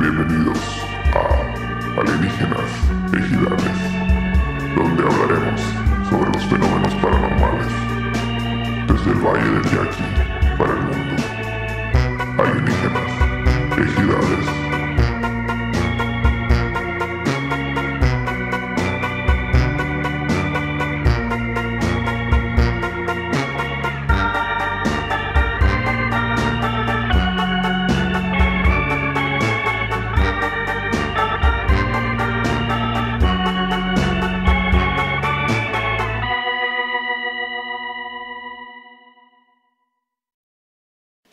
Bienvenidos a Alienígenas e Ejidales, donde hablaremos sobre los fenómenos paranormales desde el Valle del Yaqui para el mundo. Alienígenas e Ejidales.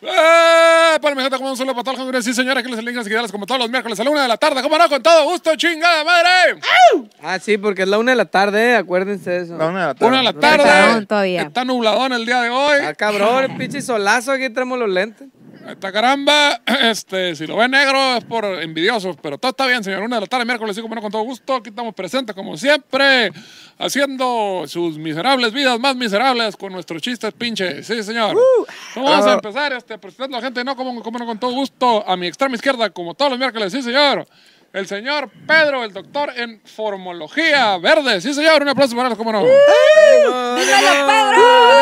¡Eh! Palme Jota, como un solo patal, Hungry. Sí, señores, que les alegres guiarles como todos los miércoles a la una de la tarde. ¿Cómo no? Con todo gusto, chingada madre. Ah, sí, porque es la una de la tarde, eh, acuérdense de eso. La una de la tarde. Una de la Perdón, tarde. todavía. Está nubladón el día de hoy. Ah, cabrón, el pinche solazo, aquí traemos los lentes. Esta caramba, este, si lo ve negro es por envidiosos, pero todo está bien, señor. Una de la tarde, miércoles, sí, como no, con todo gusto. Aquí estamos presentes, como siempre, haciendo sus miserables vidas más miserables con nuestros chistes pinches. Sí, señor. Vamos a empezar este, presentando a la gente, no como, como no, con todo gusto, a mi extrema izquierda, como todos los miércoles, sí, señor. El señor Pedro, el doctor en formología verde. Sí, señor, un aplauso para él, como no. ¡Dígalo, Eh,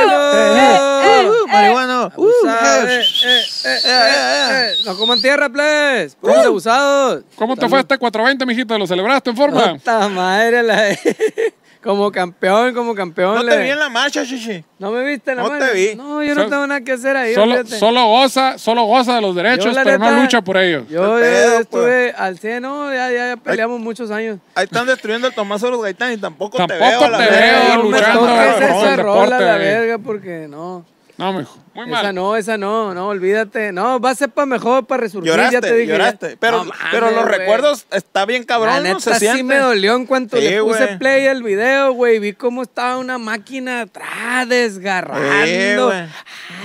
eh, Pedro! uh, marihuano. Uh, Abusado, eh, eh, eh, eh, eh, Uh. eh, eh. No coman tierra, please. Puros abusados. ¿Cómo te fue este 420, mijito? ¿Lo celebraste en forma? Puta madre, la... como campeón, como campeón. No le- te vi en la marcha, Shishi. ¿No me viste, la No madre? te vi. No, yo no Sol- tengo nada que hacer ahí. Solo, olvídate. solo goza, solo goza de los derechos, la pero no neta, lucha por ellos. Yo, yo Qué este pedo, pues. estuve al 100, no, ya, ya, ya peleamos muchos años. Ahí están destruyendo el Tomás los Gaitán y tampoco, te Tampoco veo. a la te verga. veo No me luchando, No toques cabrón, toques esa el rola, deporte, la güey. verga, porque no. No, mijo, muy mal. Esa no, esa no, no, olvídate. No, va a ser para mejor, para resurgir, ya te Lloraste, dije. lloraste. Pero, No pero mames, los güey. recuerdos está bien cabrón, la neta no se sí siente. me dolió en cuanto Sí, le puse güey. play al video, güey. Vi cómo estaba una máquina atrás desgarrando. güey.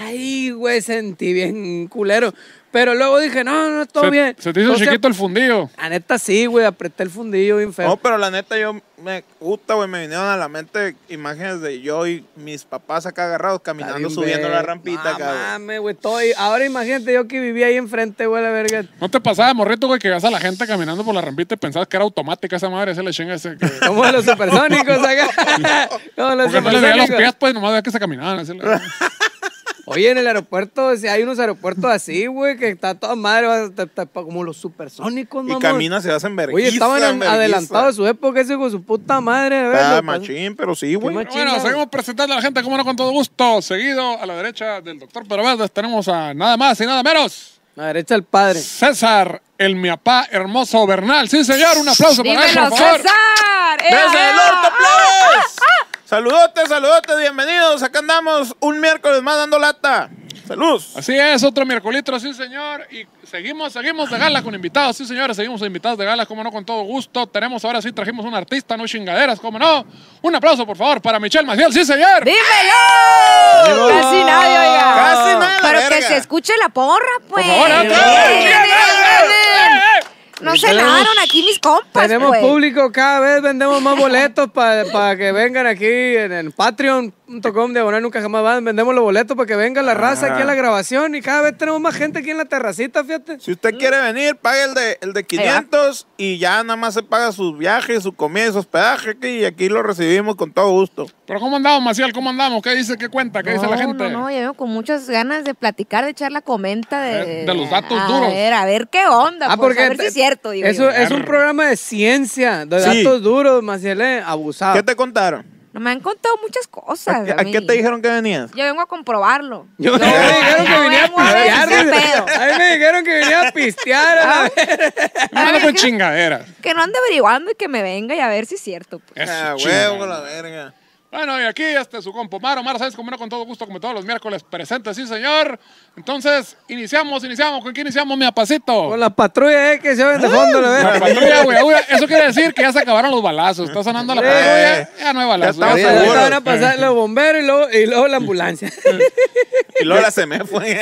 Ay, güey, sentí bien culero. Pero luego dije, no, no, todo se, bien. se te hizo O sea, chiquito el fundillo. La neta sí, güey, apreté el fundillo bien feo. No, pero la neta yo me gusta, güey, me vinieron a la mente imágenes de yo y mis papás acá agarrados Está caminando, bien, subiendo güey. la rampita No acá. güey. mames, güey, todo ahí. Ahora imagínate yo que vivía ahí enfrente, güey, la verga. ¿No te pasaba, morrito, güey, que vas a la gente caminando por la rampita y pensabas que era automática esa madre, esa le chinga ese. Que... Como los supersónicos acá. Como los Porque no le veía los supersónicos. pies, pues nomás veía que se caminaban. así le- Oye, en el aeropuerto, si hay unos aeropuertos así, güey, que está toda madre, va- ta- ta- pa- como los supersónicos, Y mamón. camina, se hacen vergüenza. Oye, estaban en- adelantados a su época, ese con su puta madre. a ver, lo Ah, pasó. machín, pero sí, güey. machi- Pero bueno, Chinga, seguimos presentando a la gente, como no, con todo gusto. Seguido a la derecha del doctor Pedro Verdes tenemos a nada más y nada menos. La derecha al padre. César, el miapá hermoso Bernal. Sí, señor, un aplauso para él, ¡Dímelo, por favor. César! ¡Desde el Orto Plebes! Saludotes, saludotes, bienvenidos. Acá andamos un miércoles más dando lata. Saludos. Así es, otro miércoles, sí señor. Y seguimos, seguimos de gala con invitados, sí señores, seguimos de invitados de gala, como no, con todo gusto. Tenemos ahora sí, trajimos un artista, no chingaderas, como no. Un aplauso, por favor, para Michelle Maciel, sí señor. ¡Dímelo! Casi nadie, oiga. Casi nadie, la Pero que verga. se escuche la porra, pues. Por favor, Bien, aplausos. bien, ¡Eh, bien. eh, eh! No se Tenemos- lavaron aquí mis compas, Tenemos pues. público, cada vez vendemos más boletos para que vengan aquí en, en patreon.com de abonar nunca jamás van. Vendemos los boletos para que venga la raza Ah. aquí a la grabación y cada vez tenemos más gente aquí en la terracita, fíjate. Si usted quiere venir, pague el de, el de 500 y ya nada más se paga sus viajes, su comida y su hospedaje aquí, y aquí lo recibimos con todo gusto. Pero ¿cómo andamos, Maciel? ¿Cómo andamos? ¿Qué dice? ¿Qué cuenta? ¿Qué dice la gente? No, no, ya vengo con muchas ganas de platicar, de echar la comenta de... Eh, de los datos a duros. ver, a ver qué onda, Ah, pues, porque a ver si es cierto, digo eso yo. es un programa de ciencia, de Sí. datos duros, Maciel, eh, abusado. ¿Qué te contaron? No, me han contado muchas cosas ¿A, qué- a a qué mí. te dijeron que venías? Yo vengo a comprobarlo. A mí me dijeron que yo venía a vengo a ver pistear. si es Ah. dice. pedo. A mí me dijeron que venía a pistear. a la verga. No ando con chingaderas. Que no ande averiguando y que me venga y a ver si es cierto. pues. Eso, Ah, chingada. huevo, la verga. Bueno, y aquí este su compa Omar, Omar Sáenz, como no, con todo gusto, como todos los miércoles, presente, sí, señor. Entonces, iniciamos, iniciamos. ¿Con qué iniciamos, mi apacito? Con la patrulla eh, que se ven de fondo, la La verdad. patrulla, güey. Ahora, Eso quiere decir que ya se acabaron los balazos. Está sonando la Sí. patrulla. Ya no hay balazos. Ya estamos Ya- seguros. van a pasar los bomberos y luego, y luego la ambulancia. Y Lola se me fue.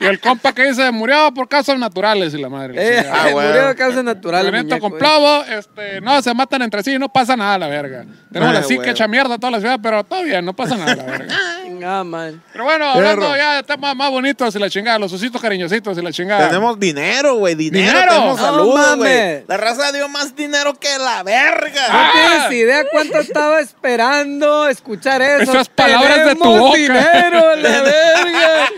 Y el compa que dice, murió por causas naturales y la madre. Eh, Sí, ah, bueno. Murió de causa natural. el Evento muñeco, con eh. plomo, este, no se matan entre sí, no pasa nada la verga. Tenemos Ah, así güey. que echa mierda a toda la ciudad, pero todo bien, no pasa nada la verga. Chingada, man. Pero bueno, hablando Perro. ya de temas más bonitos y la chingada, los ositos cariñositos y la chingada. Tenemos dinero, güey. Dinero. ¿Dinero? Tenemos No salud, güey. mames. Ah. La raza dio más dinero que la verga. No tienes Ah. idea cuánto estaba esperando escuchar eso. Esas palabras de tu Tenemos boca. dinero, la verga.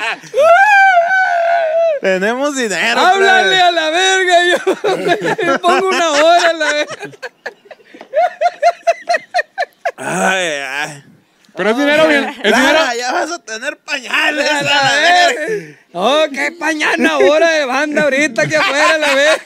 Tenemos dinero. Háblale plebe. a la verga. Yo me pongo una hora a la verga. Ay, ay. Pero es dinero bien. Es dinero. Lara, ya vas a tener pañales. a la verga. Oh, qué pañana ahora de banda ahorita aquí afuera, la verga.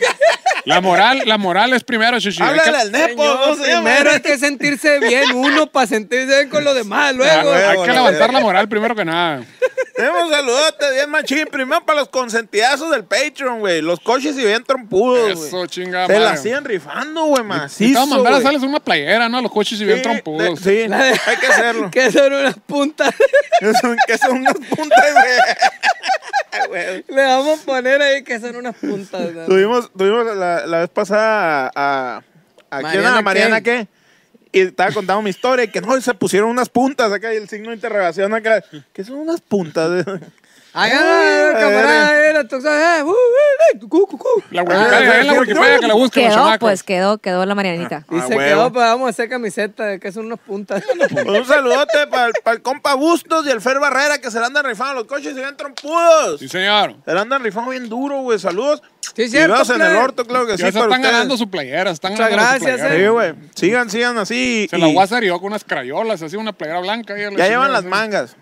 La moral, la moral es primero, chichi. Hay que- Háblale al nepo. ¿cómo Señor, se llama? primero hay que sentirse bien uno para sentirse bien con los demás. hay Luego, Ah, hay huevo, que la levantar verga. la moral primero que nada. Tenemos saludotes bien machín. Primero para los consentidazos del Patreon, güey. Los coches y bien trompudos, güey. Eso, chingada Se la madre. hacían rifando, güey, Y macizo, vamos a mandar a güey. sales una playera, ¿no? A los coches y bien Sí, trompudos. de- sí, hay que hacerlo. que son unas puntas. Que son- que son unas puntas, güey. Güey. Le vamos a poner ahí que son unas puntas. ¿no? Tuvimos, tuvimos la, la vez pasada a, a, a quién era? Mariana, ¿A Mariana ¿qué? qué? Y estaba contando mi historia y que no, se pusieron unas puntas acá y el signo de interrogación acá. ¿Qué son unas puntas? Ay, ay, Ay, camarada, era tu- eh, uh, uh, uh, cu, cu, cu. La Wikipedia, Ah, ahí en la no, Wikipedia que la busquen los Quedó, chamacos. pues quedó, quedó la Marianita. Y Ah, se huevo. quedó, pues vamos a hacer camiseta de que son unas puntas. un saludote para el compa Bustos y el Fer Barrera que se la andan rifando los coches y se ven trompudos. Sí, señor. Se la andan rifando bien duro, güey. Saludos. Sí, es cierto, Y besos en el plebe. orto, claro que sí. Ya se para están ustedes. ganando su playera, están Muchas ganando su gracias, eh. playera. Sí, güey. Sigan, sigan así. Se y- la guasar yo con unas crayolas, así una playera blanca. y Ya la llevan chingada, las así. mangas.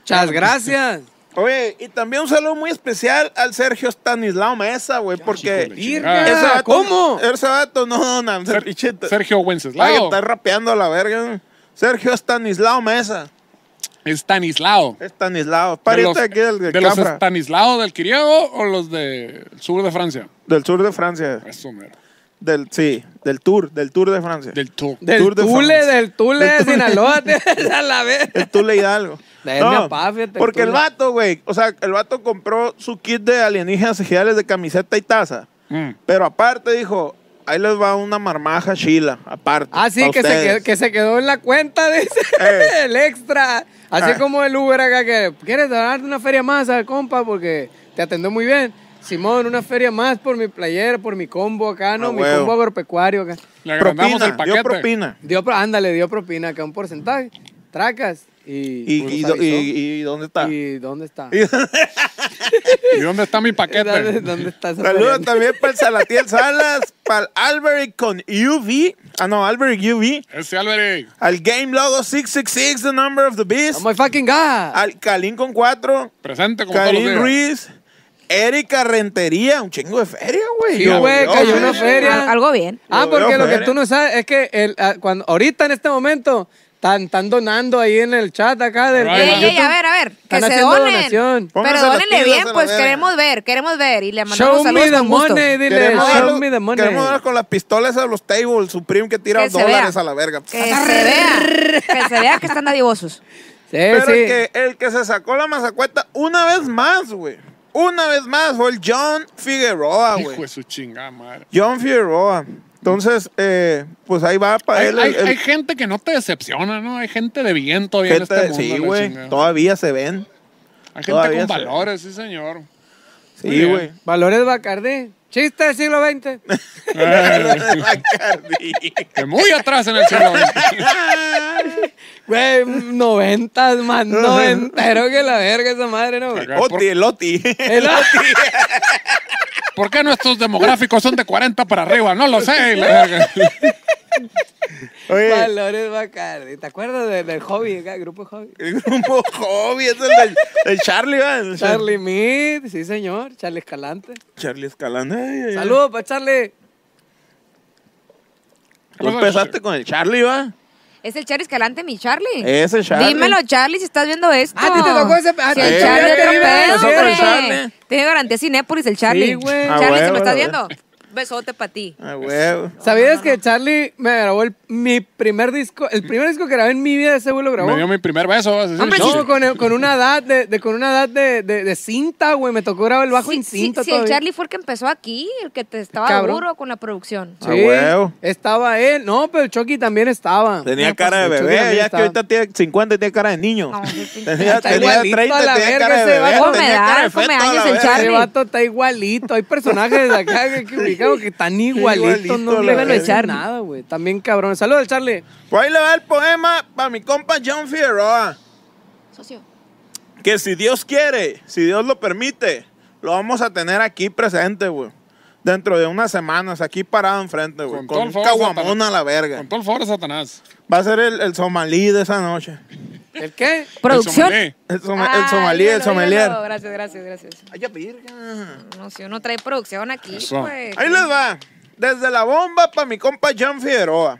Muchas gracias. Oye, y también un saludo muy especial al Sergio Stanislao Mesa, güey, porque... Híjole, Virga, chingada. ese vato- ¿Cómo? Ese vato, no, no, no, pinche- Sergio Ah, que Wenceslao. está rapeando a la verga. Sergio Stanislao Mesa. Estanislao. Stanislao. ¿De Pariente los, de aquí del, del de los Cafra, Estanislao del Quiriego o los del sur de Francia? del sur de Francia. Eso, mero. Del, sí, del tour, del tour de Francia. Del tour. Del Tour de Tule, France. del Tule de Del Tule. Sinaloa, te- a la vez. El Tule Hidalgo. De mi papá, fíjate, el porque el Tule. vato, güey, o sea, el vato compró su kit de alienígenas ejidales de camiseta y taza. Mm. Pero aparte dijo, ahí les va una marmaja chila, aparte. Ah, sí, pa' que se, ustedes. quedó, que se quedó en la cuenta, dice. Eh. El extra. Así Ah. como el Uber acá que quieres darte una feria más al compa porque te atendió muy bien. Simón, una feria más por mi player, por mi combo acá, ¿no? Ah, mi huevo. combo agropecuario acá. Le agrandamos el Propina, dio paquete. propina. Dio, pro- ándale, dio propina acá, un porcentaje. Tracas. Y, ¿Y, pues, y, nos do- y- avisó. y dónde está? ¿Y dónde está? ¿Y dónde está mi ¿Dónde, paquete? dónde está esa Saludos feria? también para el Salatiel Salas, para el Alberic con UV. Ah, no, Alberic UV. Ese Alberic. Al Game Logo 666, The Number of the Oh Beast. my fucking God. Al Kalin con 4. Presente Este como todos Karim los días. Ruiz. Erika Rentería. Un chingo de feria, güey. Sí, Yo- güey, yo- cayó una feria. Al- algo bien. Ah, Lo porque veo lo que feria. tú no sabes es que el, ah, cuando, ahorita en este momento están, están donando ahí en el chat acá del Ay, Ey, no. ey, a ver, a ver, que Están se haciendo donen. donación. Pero Pónganse las donenle pilas bien, a la pues verga. queremos ver, queremos ver. Y le mandamos Show me saludos the con gusto. money, dile, Queremos show darnos, me the money. queremos darnos con las pistolas a los tables, su prim que tira Que se dólares vea. a la verga. Que Eh, Ah, se vea, que se vea que están dadivosos. Sí, Pero sí. el, que, el que se sacó la mazacueta una vez más, güey. Una vez más fue el John Figueroa, Hijo de güey. su chingada madre. John Figueroa. Entonces, eh, pues ahí va para Hay, él. hay- el- el- hay gente que no te decepciona, ¿no? Hay gente de bien todavía gente- en este mundo. sí, la güey. chingada. Todavía se ven. Hay gente todavía con se- valores, sí, señor. Muy Sí, bien. güey. Valores Bacardí. Chiste del siglo XX. Bacardi. Que muy atrás en el cielo. Güey, noventas más noventero que la verga esa madre, ¿no? güey? Acá. por- Oti, el Oti. El- ¿Por qué nuestros demográficos son de 40 para arriba? No lo sé. la verga. Oye, Valores Bacardi. ¿Te acuerdas de- del hobby, acá, grupo hobby? el grupo hobby, es el del, del Charlie, ¿verdad? Charlie Mead, sí señor, Charlie Escalante. Charlie Escalante. Saludos para Charlie. Tú empezaste con el Charlie, ¿va? Es el Charlie Escalante, mi Charlie. Ese Charlie. Dímelo, Charlie, si estás viendo esto. Ah, ¿a ti te tocó ese- ah, Sí, ¿a el ti Charlie, te otro vive? pedo, Es otro hombre. Charlie. Tiene garantía Cinépolis el Charlie. Sí, güey. Charlie, Ah, si me güey, estás güey. viendo, un besote para ti. Ah, huevo. ¿Sabías que Charlie me grabó el, mi primer disco? El primer disco que grabé en mi vida, ese güey lo grabó. Me dio mi primer beso. vas a decir, Hombre, Charlie. sí. No, con, el- con una edad de, de- con una edad de, de- de cinta, güey. Me tocó grabar el bajo Sí, en sí, cinta sí, el todavía. Charlie fue el que empezó aquí, el que te estaba Cabrón. duro con la producción. Ah, huevo. Estaba él. No, pero el Chucky también estaba. Tenía No, cara de pues, el Chucky bebé, también ya que estaba. ahorita tiene 50 y tiene cara de niño. No, sí, sí. Tenía, pues, Está tenía igualito 30 a la y tenía verga cara de ese bebé. vato. tenía Come cara de edad, come feto a la años el verga. Ese Charlie. vato está igualito. Hay personajes de acá que, que ubicamos que están Igualito, igualitos. No la le verga. veo echar nada, güey. También cabrón. Saludos al Charlie. Pues ahí le va el poema para mi compa John Figueroa. Socio. Que si Dios quiere, si Dios lo permite, lo vamos a tener aquí presente, güey. Dentro de unas semanas, aquí parado enfrente, Con güey. Con, todo un el favor, caguamón Satanás. a la verga. Con todo el favor de Satanás. Va a ser el, el somalí de esa noche. ¿El qué? ¿Producción? El somalí. El, soma- el Ah, somalí, el dígalo, sommelier. dígalo. Gracias, gracias, gracias. Ay, ya, verga. No, si uno trae producción aquí, Eso. pues. Ahí les va. Desde la bomba para mi compa John Figueroa.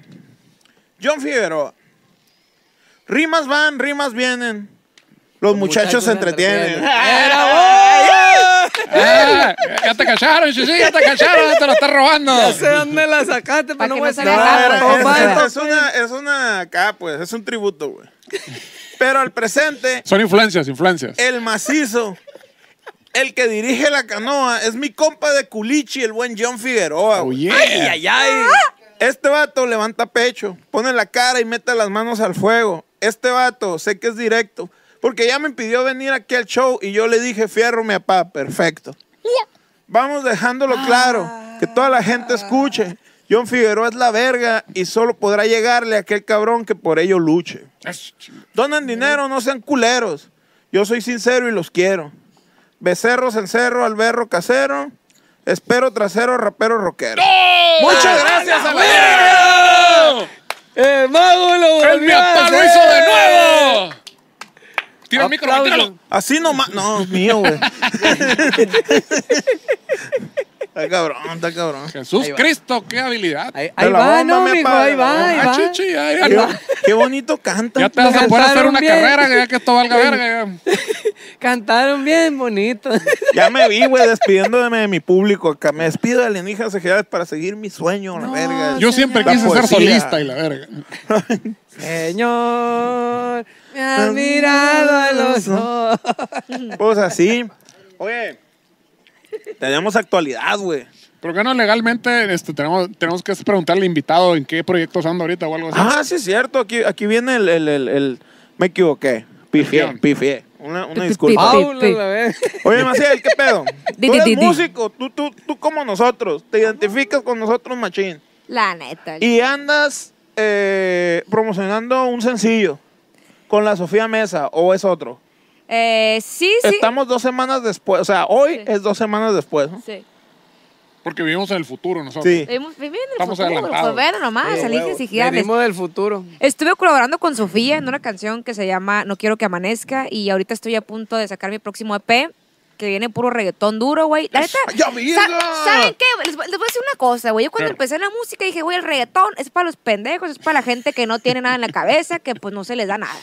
John Figueroa. Rimas van, rimas vienen. Los, muchachos, se entretienen. Ah, ¡Eh! Ya te cacharon, sí, ya te cacharon, te lo estás robando. No sé dónde la sacaste, Pa' pero no que voy a no se decir vea Ah, Ah, era- pues, es- toma, es, nada. es una, es una acá, pues, es un tributo, güey. Pero al presente, Son influencias, influencias. el macizo, el que dirige la canoa, es mi compa de culichi, el buen John Figueroa. güey. Oye. Ay, ay. Este vato levanta pecho, pone la cara y mete las manos al fuego. Este vato, sé que es directo, porque ya me pidió venir aquí al show y yo le dije, fierro, mi papá, perfecto. Vamos dejándolo claro, que toda la gente escuche. John Figueroa es la verga y solo podrá llegarle a aquel cabrón que por ello luche. Donan dinero, no sean culeros. Yo soy sincero y los quiero. Becerros en cerro, alberro casero. Espero trasero, rapero, rockero. Muchas gracias a la verga. ¡El mago lo volvió ¡El mi a papá lo hacer! hizo de nuevo! Tira el micro, Aplausos. tíralo. Así nomás. No, es mío, güey. está cabrón, está cabrón. Jesús Cristo, qué habilidad. Ahí, De ahí la va, bomba, no, mi mijo, padre, ahí de la va, ahí Ah, va. chichi, ahí, ahí, Qué, ahí. qué bonito canta. Ya te vas a Lo poder hacer cantaron una bien. carrera, ya que esto valga verga. ya. Cantaron bien bonito. Ya me vi, güey, despidiéndome de mi público acá. Me despido de alienígenas ejidales para seguir mi sueño, la verga. Yo siempre La quise ser poesía. solista y la verga. Señor, me has mirado a los ojos. Pues así. Oye, tenemos actualidad, güey. ¿Por qué no legalmente este, tenemos, tenemos que preguntarle al invitado en qué proyectos anda ahorita o algo así? Ah, sí, es cierto. Aquí, aquí viene el, el, el, el- Me equivoqué. Pifié, Pifión. pifié. Una, una Pi, disculpa. pi, Paulo, la vez. Oye, Maciel, ¿qué pedo? Di, Tú di, eres di, di. músico, tú, tú, tú como nosotros, te identificas con nosotros, machín. La neta. Y andas eh, promocionando un sencillo con la Sofía Mesa, o es otro. Eh, sí, sí. Estamos dos semanas después, o sea, hoy Sí. es dos semanas después. ¿no? Sí. Porque vivimos en el futuro nosotros. Sí. Vivimos- vivimos en el Estamos futuro, adelantados. pues, bueno, nomás, Sí, alíjense huevo. y gigales. Venimos del futuro. Estuve colaborando con Sofía en una canción que se llama No quiero que amanezca y ahorita estoy a punto de sacar mi próximo EP que viene puro reggaetón duro, güey. La neta, ¡Ya, virga! ¿saben qué? Les, voy- les voy a decir una cosa, güey. Yo cuando empecé en la música dije, güey, el reggaetón es para los pendejos, es para la gente que no tiene nada en la cabeza, que pues no se les da nada.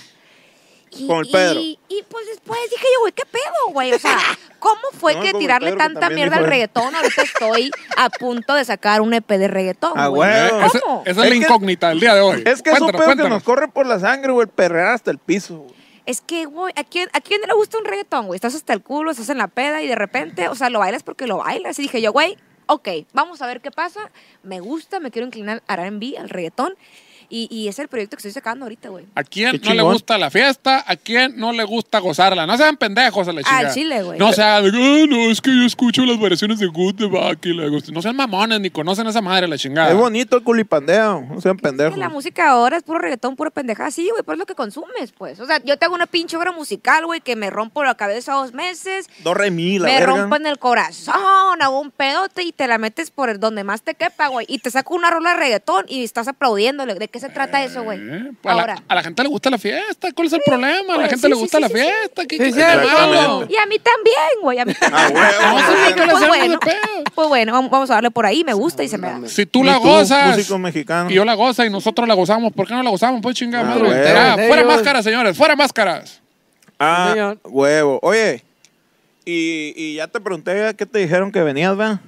Y, Como el Pedro. Y, y, pues después dije yo, güey, ¿qué pedo, güey? O sea, ¿cómo fue No, que como el tirarle Pedro que tanta también mierda dijo al eso. reggaetón? Ahorita estoy a punto de sacar un EP de reggaetón, Ah, güey. huevo. Eh, Esa, ¿Cómo? esa es la Es que- incógnita del día de hoy. Es que es un Cuéntanos, pedo que cuéntanos. nos corre por la sangre, güey, el perrear hasta el piso. güey. Es que, güey, ¿a quién, ¿a quién no le gusta un reggaetón, güey? Estás hasta el culo, estás en la peda y de repente, o sea, lo bailas porque lo bailas. Y dije yo, güey, ok, vamos a ver qué pasa. Me gusta, me quiero inclinar al R&B, al reggaetón. Y, y es el proyecto que estoy sacando ahorita, güey. ¿A quién Qué no le chingón. gusta la fiesta? ¿A quién no le gusta gozarla? No sean pendejos a la chica. chile, güey. No se hagan de que, "Ah, no, es que yo escucho las variaciones de Good de Bach y la gost-". No sean mamones ni conocen a esa madre la chingada. Es bonito el culipandeo, no sean pendejos. Que la música ahora es puro reggaetón, puro pendejada. Sí, güey, pero es lo que consumes, pues. O sea, yo tengo una pinche obra musical, güey, que me rompo la cabeza dos meses. Do re mi, la me verga. rompen el corazón, hago un pedote y te la metes por el donde más te quepa, güey. Y te saco una rola de reggaetón y estás aplaudiéndole de qué se trata eso, güey? Eh, pues a, Ahora. la, a la gente le gusta la fiesta. ¿Cuál es el problema? A la pues gente sí, le sí, gusta sí, la sí, fiesta. ¿Qué, qué Sí, tiene de cierto. malo? Y a mí también, güey. A mí Ah, también. huevo, Vamos a ver qué le pues, hacemos bueno, de pedo. pues bueno, vamos- vamos a darle por ahí. Me gusta y se me da. Si tú la Y tú, gozas músico mexicano. y yo la goza y nosotros la gozamos, ¿por qué no la gozamos? Pues chingada Ah, madre. güey. Ya, Ellos- fuera máscaras, señores. Fuera máscaras. Ah, Sí, señor. huevo. Oye, y, y ya te pregunté qué te dijeron que venías, ¿verdad?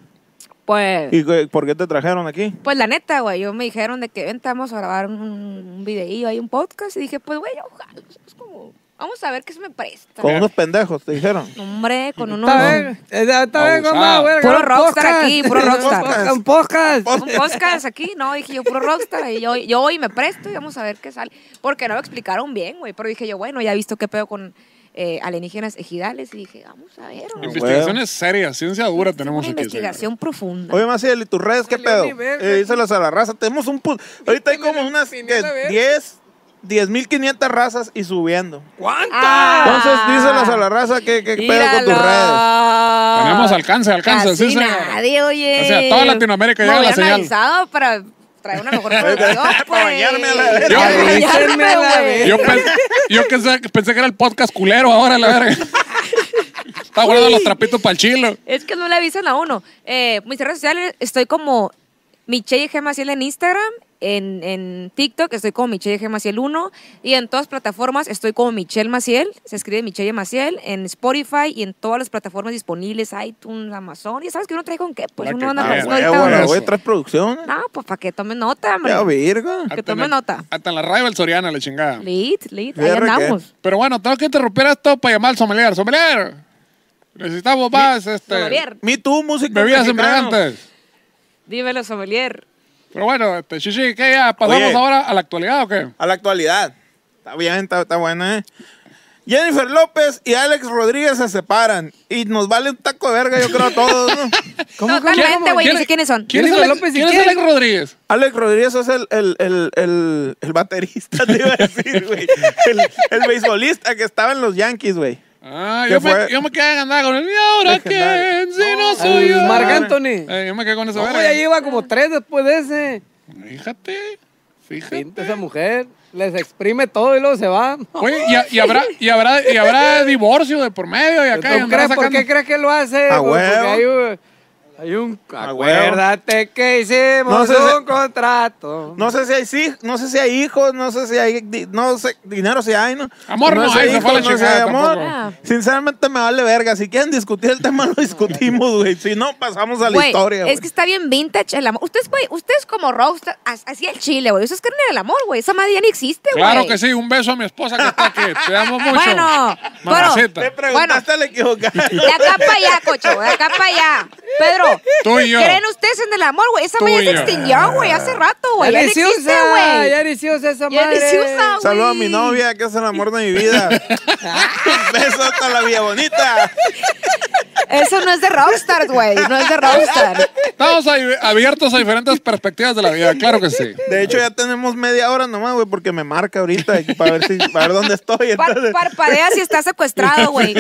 Pues. ¿Y qué- por qué te trajeron aquí? Pues la neta, güey, yo me dijeron de que vente, vamos a grabar un, un videío, hay un podcast, y dije, pues, güey, ojalá, es como, vamos a ver qué se me presta. Con unos pendejos, te dijeron. Hombre, con unos... Está bien, está está bien, compa, Abusado. güey, Puro agarra un rockstar podcast. aquí, puro rockstar. Un podcast. Un podcast aquí, ¿no? Dije yo, puro rockstar, y yo, yo hoy me presto y vamos a ver qué sale. Porque no lo explicaron bien, güey, pero dije yo, bueno, ya he visto qué pedo con eh, alienígenas ejidales, y dije, vamos a ver. güey. Investigaciones serias, ciencia dura Una tenemos aquí. investigación profunda. Oye, Maciel, ¿y tus redes qué salió pedo? ni verga. Eh, díselas a la raza. Tenemos un... pu- Ahorita hay como la unas ¿qué? infinita verga. 10, 10.500 razas y subiendo. Ah. Entonces, díselas a la raza qué, qué pedo con tus redes. Míralo. Tenemos alcance, alcance, Casi sí, señor. nadie, oye. O sea, toda Latinoamérica Me llega la hubieran señal. avisado para traer una mejor producción, Para pues. bañarme a la verga. Para Yo- bañarme, Avísenme a la güey. verga. Yo, pens- yo pensé, pensé que era el podcast culero ahora, la verga. Está guardando los trapitos para el chilo. Es que no le avisan a uno. Eh, mis redes sociales estoy como Michelle G. Maciel en Instagram, en, en TikTok estoy como Michelle G. Maciel 1 y en todas plataformas estoy como Michelle Maciel, se escribe Michelle Maciel, en Spotify y en todas las plataformas disponibles, iTunes, Amazon. Ya sabes que uno trae con qué, pues La que uno anda quiera. pensando Ah, ahorita, huevo, la güey. voy a traer producciones. No, pues para que tomen nota, hombre. Ya, virga. Que Hasta tome en la- nota. Hasta en la radio del Soriana, la chingada. Lit, lit, ahí Fierro que- andamos. Pero bueno, tengo que interrumpir esto para llamar al sommelier. ¡Sommelier! Necesitamos más, este... Sommelier, Me tú, músico Bebidas mexicano. embriagantes. dímelo, sommelier. Pero bueno, este, Shishi, ¿qué ya? ¿Pasamos Oye. ahora a la actualidad o qué? A la actualidad. Está bien, está, está buena, ¿eh? Jennifer López y Alex Rodríguez se separan. Y nos vale un taco de verga, yo creo, a todos, ¿no? ¿Cómo, cómo, Totalmente, cómo? güey, ni sé quiénes son. ¿Quién es Jennifer Alex, López y ¿quién es quién? Alex Rodríguez? Alex Rodríguez es el, el, el, el, el baterista, te iba a decir, güey. El, el beisbolista que estaba en los Yankees, güey. Ah, ¿Qué yo me, fue? yo me quedé andando con él. ¿Y ahora quién? Legendario. Si no soy yo. Al Marc Anthony. Eh, yo me quedé con esa No, verga. ya lleva como tres después de ese. Fíjate, fíjate. Pinta esa mujer. Les exprime todo y luego se va. Oye, y, a- y habrá, y, habrá, y habrá divorcio de por medio y ¿Tú acá. y andará crees, ¿Por sacando- qué crees que lo hace? A Pues huevo. hay un... Hay un A acuérdate que hicimos No sé un si- contrato. No sé si hay sí, no sé si hay hijos, no sé si hay di- no sé, dinero si hay, ¿no? Amor no sé hay, se fue a la no sé, chingada amor. tampoco. Ah. Sinceramente me vale verga. Si quieren discutir el tema, lo discutimos, güey. Si no, pasamos a la Güey, historia. güey. es que está bien vintage el amor. Ustedes, güey, ustedes como rockstar, as- así el chile, güey. Eso es carne del amor, güey. Esa madre ya ni existe, güey. Claro que sí, un beso a mi esposa que está aquí. Te amo mucho. Bueno, Mamacita. Le preguntaste al equivocado. De acá para allá, cocho, de acá para allá. Pedro, Tú y yo. ¿creen ustedes en el amor, güey? Esa Tú madre y ya se yo. Ah. extinguió, güey, hace rato, güey. Ya no se existe, usa, güey. ah, Ya ni se usa esa Ya ni madre. se usa, güey. Saludo a mi novia, que es el amor de mi vida. Un beso hasta la Villa Bonita. Eso no es de rockstar, güey. No es de rockstar. Estamos ahí abiertos a diferentes perspectivas de la vida, claro que sí. De hecho, ya tenemos media hora nomás, güey, porque me marca ahorita y para ver, si, para ver dónde estoy. Par- Entonces, parpadea si está secuestrado, güey.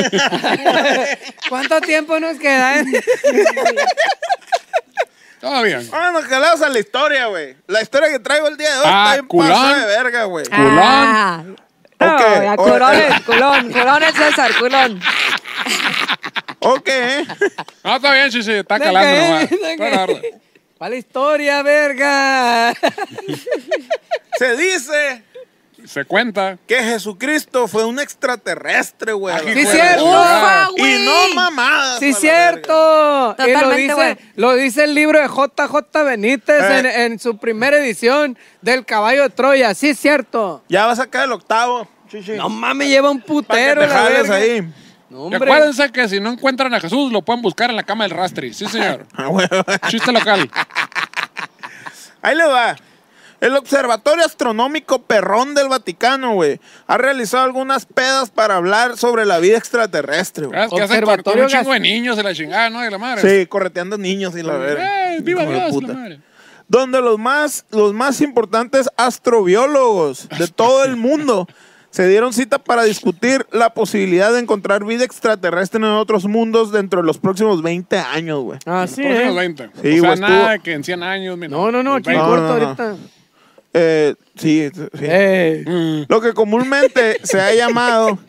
¿Cuánto tiempo nos queda? eh? Todo bien. vámonos jalados a la historia, güey. La historia que traigo el día de hoy Ah, está bien culón. pasada de verga, güey. Culón. Ah. No, Ok, ya, ahora- culón, es- culón, culón es César, culón. Ok, ¿eh? No, está bien, sí, sí, está Venga, calando eh, nomás. venga. Está tarde. ¿Cuál historia, verga? Se dice Se cuenta. que Jesucristo fue un extraterrestre, güey. Aquí Sí, Hijo de cierto. la Ufa, güey. Y no mamadas. a Sí, la cierto. Y lo Totalmente, dice, güey. lo dice el libro de JJ Benítez Eh. en, en su primera edición del Caballo de Troya. Sí, cierto. verga. Ya va a sacar el octavo. Chichi. No mames, lleva un para que putero. te la jales verga. ahí. No, Y hombre. acuérdense que si no encuentran a Jesús, lo pueden buscar en la cama del rastri. Sí, señor. Ah, güey. Chiste local. Ahí le va. El Observatorio Astronómico Perrón del Vaticano, güey, ha realizado algunas pedas para hablar sobre la vida extraterrestre, güey. ¿Sabes qué Ah, hacen con, con Observatorio un chingo de gas- niños de la chingada, no? De la madre. Sí, correteando niños y la verdad. Eh, viva Hijo de Dios, puta. la madre. Donde los más, los más importantes astrobiólogos de todo el mundo se dieron cita para discutir la posibilidad de encontrar vida extraterrestre en otros mundos dentro de los próximos 20 años, güey. Así Por es. los 20. Sí, o sea, güey, nada estuvo- de que en 100 años. mira, Ah, eh. No, no, no, los aquí 20. No, corto no, no. ahorita. Eh, eh, sí, sí. Ey. Lo que comúnmente se ha llamado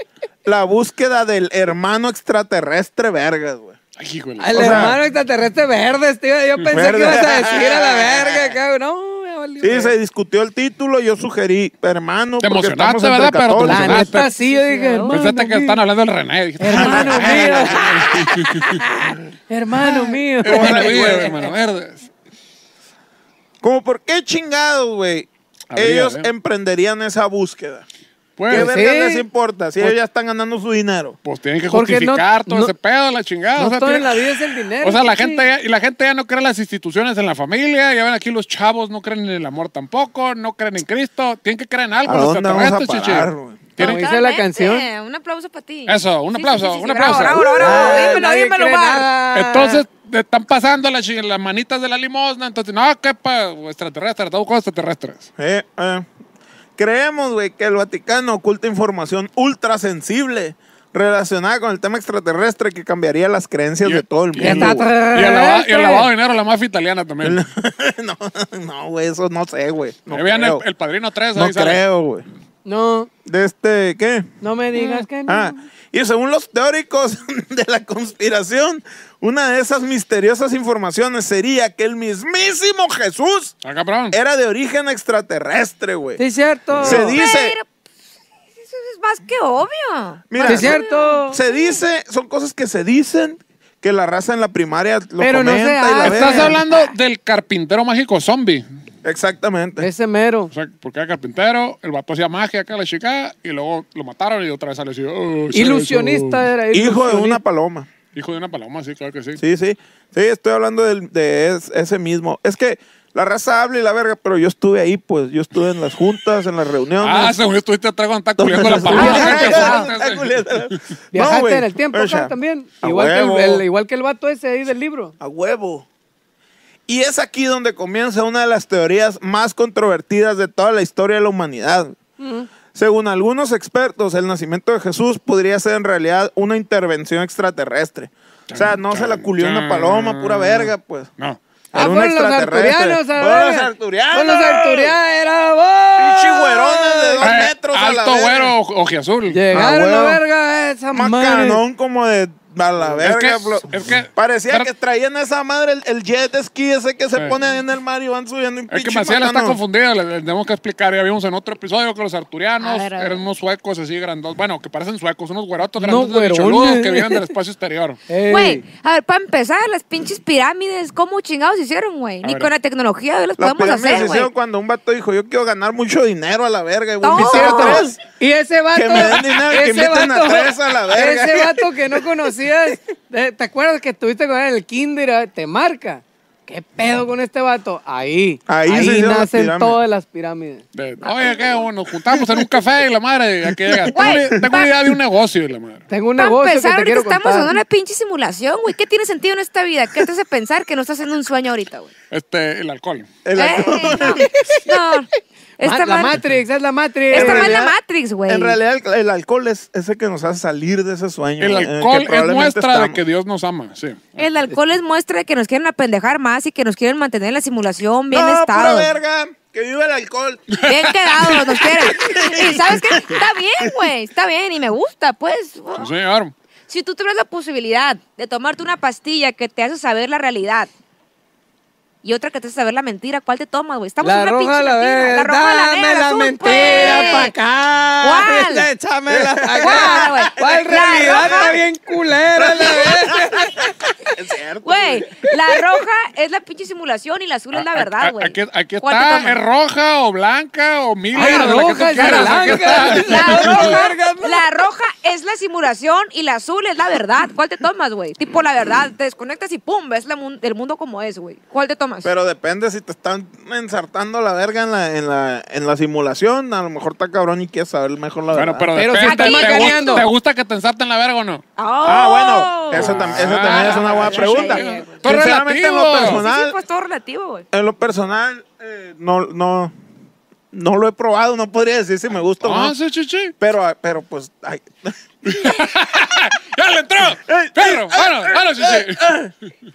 la búsqueda del hermano extraterrestre, vergas, güey. Ay, híjole. Al O sea- hermano extraterrestre verde, tío. Yo pensé Verde. que ibas a decir a la verga, cabrón. No, ya valió. Sí, se discutió el título, yo sugerí, hermano, Te porque emocionaste, estamos entre ¿verdad? Pero te La católicos. emocionaste. neta, sí, yo dije, hermano. Pensaste que mío. están hablando del René. Dijiste, Hermano "Ah, mío. hermano mío. Hermano mío, hermano verdes. Como por qué chingados, güey. Habría, Ellos ¿eh? emprenderían esa búsqueda. ¿Qué Pues, ver- vergas sí. les importa? Si ellos ya están ganando su dinero. pues tienen que Porque no- justificar todo no- ese pedo, la chingada. No o sea, todo en tiene- la vida es el dinero. O sea, la chichi. gente ya, y la gente ya no cree en las instituciones en la familia, ya ven aquí los chavos no creen en el amor tampoco, no creen en Cristo, tienen que creer en algo, ¿A los dónde vamos a extraterrestres, parar, chichi. güey? Tienen- Como dice la Totalmente. canción. Un aplauso para ti. Eso, un Sí, sí, aplauso, sí, sí, un sí, aplauso. Bravo, bravo, bravo. Ah, Dímelo, nadie dímelo, cree Bar. nada. Entonces, te están pasando las, chi- las manitas de la limosna, entonces, no, que pa, extraterrestres, estamos con extraterrestres. Eh, eh. Creemos, güey, que el Vaticano oculta información ultra sensible relacionada con el tema extraterrestre que cambiaría las creencias Y- de todo el y- mundo. Está güey. Y el, lava- y el lavado de dinero, la mafia italiana también. no, no, güey, eso no sé, güey. No Ahí vean el, creo, el padrino 3, no creo, güey. No, De este, ¿qué? no me digas que no. Ah, y según los teóricos de la conspiración, una de esas misteriosas informaciones sería que el mismísimo Jesús Ah, cabrón. era de origen extraterrestre, güey. Sí, es cierto. Se dice, Pero, pues, Eso es más que obvio. mira, Sí, es cierto. se dice, son cosas que se dicen que la raza en la primaria lo Pero no ah, se comenta y la hace. Estás verga. hablando del carpintero mágico zombie. Exactamente. Ese mero. O sea, porque era carpintero, el vato hacía magia acá, la chica, y luego lo mataron y otra vez salió así. "Oh, sí, Ilusionista eso". era. Hijo de una ilusionista. paloma. Hijo de una paloma, sí, claro que sí. Sí, sí. Sí, estoy hablando del- de, es- ese mismo. Es que la raza habla y la verga, pero yo estuve ahí, pues. Yo estuve en las juntas, en las reuniones. Ah, según yo estuviste atrás cuando está culiando la Entonces, paloma. Ah, ¿qué ah, pasó? está culiando la- No, Viajaste güey. en el tiempo O acá sea, también. a Igual que el, huevo, el- eh, igual que el vato ese ahí del libro. A huevo. Y es aquí donde comienza una de las teorías más controvertidas de toda la historia de la humanidad. Según algunos expertos, el nacimiento de Jesús podría ser en realidad una intervención extraterrestre. O sea, no se la culió una paloma, pura verga, pues. No. Era Ah, un fueron los extraterrestre. arturianos. a la Fueron los verga. arturianos. Fueron los arturianos. Era vos. Pinche güerones de dos Eh, metros a la alto verga. güero o- ojiazul. Llegaron Ah, a la huevo. verga esa madre. Macanón como de a la verga. que- bro. es que- Parecía pero- que traían esa madre el, el jet ski ese que se Eh. pone ahí en el mar y van subiendo un Es que pinche Maciel está macanón. confundida, le, le tenemos que explicar. Ya vimos en otro episodio que los A arturianos ver, a ver. eran unos suecos así grandotes. Bueno, que parecen suecos, unos güerotos No, grandes de güerones. bicholudos que vienen del espacio exterior. Ey. Güey, a ver, para empezar, las pinches pirámides, ¿cómo chingados hicieron, güey? A Ni ver. con la tecnología hoy las Las podemos pirámides se hacer, güey. hicieron cuando un vato dijo, yo quiero ganar mucho dinero a la verga. Y voy a No. invitar a Cierto. tres. Y ese vato. Que me den dinero y que inviten a tres a la verga. Ese vato que no conocías. de- ¿Te acuerdas que estuviste con él en el kinder? eh, Te marca. ¿Qué pedo con este vato? Ahí. Ahí se hicieron las nacen pirámides. todas las pirámides. De, Oye, ¿qué? Bueno, nos juntamos en un café y la madre, aquí llega. Tengo, Güey, una- tengo una idea de un negocio y la madre. Tengo un Para negocio empezar, que te ahorita quiero estamos contar. en una pinche simulación, güey. ¿Qué tiene sentido en esta vida? ¿Qué te hace pensar que no estás haciendo un sueño ahorita, güey? Este, el alcohol. El Eh, alcohol. no. no. Esta Ma- la madre- Matrix, es la Matrix. Esta En madre- es la realidad- Matrix, güey. En realidad el, el alcohol es ese que nos hace salir de ese sueño. El eh, que alcohol es probablemente muestra de estamos. que Dios nos ama, sí. El alcohol es muestra de que nos quieren apendejar más y que nos quieren mantener en la simulación bien No, pura estado. verga. Que viva el alcohol. Bien quedados, nos quieren. Y sabes qué? Está bien, güey. Está bien y me gusta, pues. Sí, señor. Si tú tuvieras la posibilidad de tomarte una pastilla que te hace saber la realidad y otra que te hace saber la mentira, ¿cuál te tomas, güey? Estamos en La una roja pinche a la mentira. vez. La roja, la Dame negra, la azul, mentira pues. para acá. ¿Cuál? Échamela pa' ¿Cuál, güey? acá. ¿Cuál La realidad roja. está bien culera la vez? Es cierto. Güey, la roja es la pinche simulación y la azul es la A- a- verdad, güey. Ah, Aquí, aquí ¿Cuál te está, tomas? es roja o blanca o mil. Ay, Ah, roja, es blanca. La verga, roja, no. la roja es la simulación y la azul es la verdad. ¿Cuál te tomas, güey? Tipo la verdad, te desconectas y pum, ves la mun- el mundo como es, güey. ¿Cuál te tomas? Pero depende si te están ensartando la verga en la, en la, en la simulación. A lo mejor está cabrón y quieres saber mejor la Bueno, verdad. pero, Pero si depende, están ¿te, gusta, macaneando. ¿te gusta que te ensarten la verga o no? ¡Oh! Ah, bueno, eso, tam- Ah. eso también es una buena pregunta. Todo es Sinceramente, en relativo. lo Sí, pues. sí, personal, pues todo relativo, güey. en lo personal, eh, no, no, No lo he probado, no podría decir si me gusta o Ah, no. sí, chichi. Pero, ah, pero pues, ay, ¡Ya le entró! ¡Perro! ¡Bueno, bueno,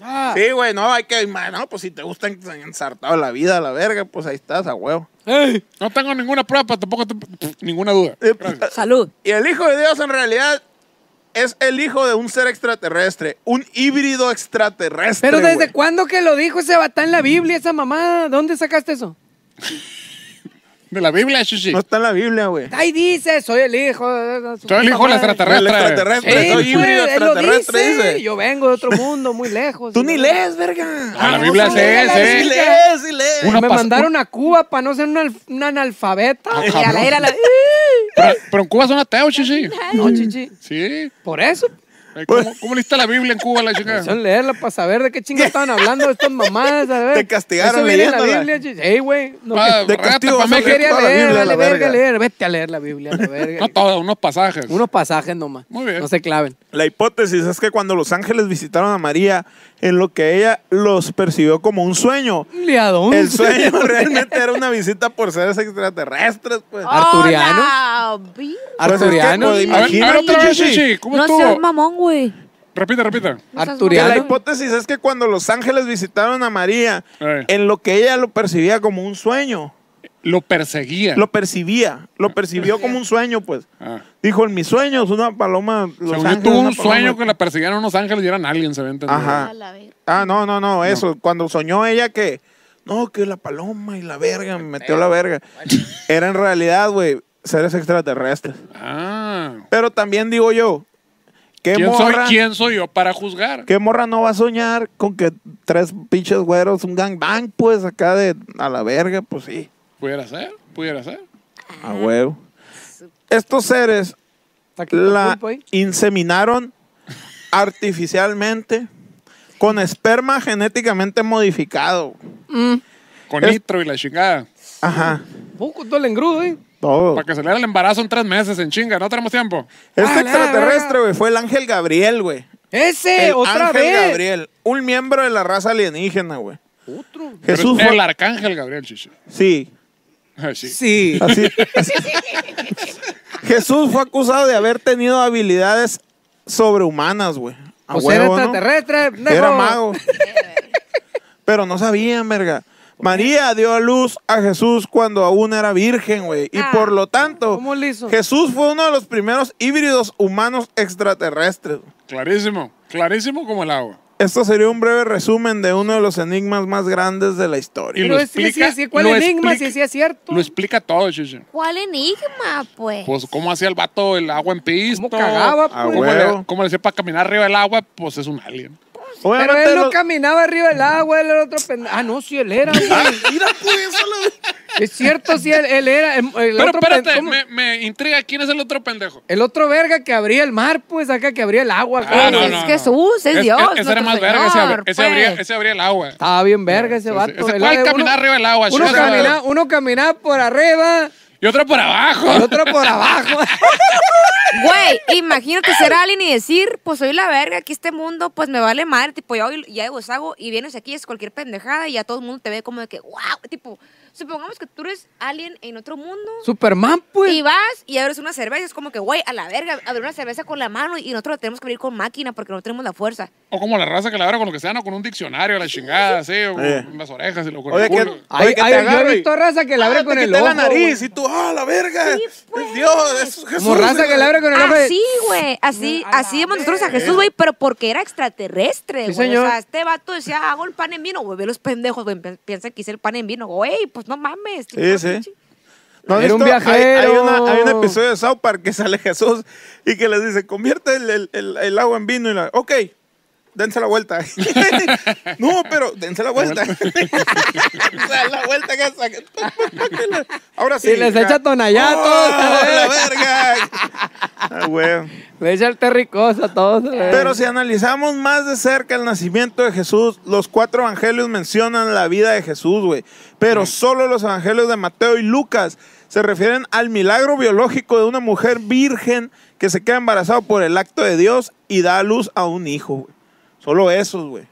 Ah. chichi! sí, güey, no, hay que, ma, no, pues si te gustan ensartado la vida, la verga, pues ahí estás, a huevo. Ey, No tengo ninguna prueba, pero tampoco te- ninguna duda. Eh, Salud. Y el Hijo de Dios en realidad es el hijo de un ser extraterrestre, un híbrido extraterrestre. Pero ¿desde güey. cuándo que lo dijo ese batán en la Biblia, esa mamada? ¿Dónde sacaste eso? De la Biblia, chichi. No está en la Biblia, güey. Ahí dice, soy el hijo. de- Soy el hijo de la El extraterrestre. extraterrestre. Sí, soy pues, híbrido él lo extraterrestre, dice. dice. Yo vengo de otro mundo, muy lejos. Tú ni lees, verga. Ah, la Biblia sí, sí, sí. sí. lees, sí lees. Una me pas- mandaron a Cuba para no ser un, alf- un analfabeta. Mírala, cabrón. mírala. Pero, pero en Cuba son ateos, chichi. No, chichi. Sí. Por eso. ¿Cómo, cómo leíste la Biblia en Cuba, la chica? Son leerla para saber de qué chingo estaban hablando estas mamadas. A ver. Te castigaron Eso viene en la leyéndola. Biblia, chichi. Ey, güey. No, Ah, de rata castigo pa' vas a no México. quería toda la leer, Biblia, vale, la verga verga. leer. Vete a leer la Biblia, la verga. No todos, unos pasajes. Unos pasajes nomás. Muy bien. No se claven. La hipótesis es que cuando los ángeles visitaron a María, en lo que ella los percibió como un sueño, Liadón. el sueño realmente era una visita por seres extraterrestres, pues. Ah, ¿Arturiano? Hola, vi- Arturiano. Pues es que, A ver, a ver otra vez, Chichi. chichi. ¿Cómo No seas estuvo? mamón, güey. Repite, repite. No seas Que la Arturiano. hipótesis es que cuando los ángeles visitaron a María, Eh. en lo que ella lo percibía como un sueño, Lo perseguía. lo percibía, lo percibió como un sueño, pues. Ah. Dijo, en mis sueños, una paloma. Los Según yo, ángeles, tuvo una un sueño que paloma". la persiguieron unos ángeles y eran aliens, se ve entender. Ajá. Ah, no, no, no, eso. Cuando soñó ella que, no, que la paloma y la verga, me metió la verga. Era en realidad, güey, seres extraterrestres. Ah. Pero también digo yo, ¿qué ¿Quién soy, morra, ¿Quién soy yo para juzgar? qué morra no va a soñar con que tres pinches güeros, un gangbang, pues, acá de a la verga? Pues sí. Pudiera ser, pudiera ser. A huevo. Estos seres Está aquí el la pulpo ahí. inseminaron artificialmente con esperma genéticamente modificado. Con Es- nitro y la chingada. Ajá. Poco todo el engrudo, eh. Todo. Para que se le haga el embarazo en tres meses, en chinga. No tenemos tiempo. Este Ah, la verga. extraterrestre, güey, fue el ángel Gabriel, güey. Ese, El otra ángel vez. Gabriel, un miembro de la raza alienígena, güey. Otro. Pero Jesús El fue... arcángel Gabriel, chichi. Sí, Ah, Sí. Sí. así- así. Jesús fue acusado de haber tenido habilidades sobrehumanas, güey. A O ser huevo, ¿no? extraterrestre. Era pendejo. mago. Pero no sabían, verga. María dio a luz a Jesús cuando aún era virgen, güey. Y Ah. por lo tanto, ¿Cómo le hizo? Jesús fue uno de los primeros híbridos humanos extraterrestres. Clarísimo. Clarísimo como el agua. Esto sería un breve resumen de uno de los enigmas más grandes de la historia. Y Pero lo es que sí, explica- sí, ¿cuál lo enigma? explica- Si sí es cierto. Lo explica todo, chichi. ¿Cuál enigma, pues? Pues, ¿cómo hacía el vato el agua en pisto? ¿Cómo cagaba, Ah, pues? güey. ¿Cómo le, Huevo. cómo le hacía para caminar arriba del agua? Pues es un alien. Pero Obviamente él no los- caminaba arriba del agua, él era otro pendejo. Ah, no, sí, él era, güey. Mira, pues, eso lo- Es cierto, sí, él, él era. em, El, el Pero otro pen- espérate, ¿cómo? me, me intriga quién es el otro pendejo. El otro verga que abría el mar, pues, acá que abría el agua. Ah, acá, no, güey. no. es Jesús, es Dios, Ese era nuestro más verga, ese, abri- Señor, ese abría, pues. ese abría el agua. Estaba bien verga ese sí, vato. ese el- cual uno- caminaba arriba del agua, Uno chingada. caminaba, uno caminaba por arriba Y otro por abajo. y otro por abajo. Güey, imagínate ser alguien y decir, pues soy la verga, aquí este mundo, pues me vale madre, tipo, yo hoy ya hago y vienes aquí, es cualquier pendejada y ya todo el mundo te ve como de que, wow, tipo, supongamos que tú eres alguien en otro mundo. Superman, pues. Y vas y abres una cerveza, es como que, güey, a la verga, abrir una cerveza con la mano y nosotros la tenemos que abrir con máquina porque no tenemos la fuerza. O como la raza que la abra con lo que sea, no con un diccionario, la chingada, sí, o con Oye. las orejas y lo con Oye, el que, culo. Ay, oye, que ay, te yo he agarro y- visto raza que la abre Ah, te con el quité la ojo, nariz güey. y tú, ah, la verga. Sí, pues. Es Dios, es Jesús. Como raza que la abre con el ojo. de- Así, güey, así, así vemos nosotros a Jesús, güey, pero porque era extraterrestre, Sí, güey. señor. o sea, este vato decía, hago el pan en vino, güey, ve los pendejos, güey, pi- piensan que hice el pan en vino, güey, pues no mames. Sí, sí. ¿No has Era un visto? Hay, hay viajero. una- hay un episodio de South Park que sale Jesús y que les dice, convierte el, el- el- el agua en vino y la... Ok, dense la vuelta. no, pero dense la vuelta. O sea, la vuelta que saca. Ahora sí. Y les ya. echa tonallato. ¡Oh, la verga! Ah, güey. Le echa el terricosa a todos. a la verga. Pero si analizamos más de cerca el nacimiento de Jesús, los cuatro evangelios mencionan la vida de Jesús, güey. Pero solo los evangelios de Mateo y Lucas se refieren al milagro biológico de una mujer virgen que se queda embarazada por el acto de Dios y da a luz a un hijo, güey. Solo esos, güey.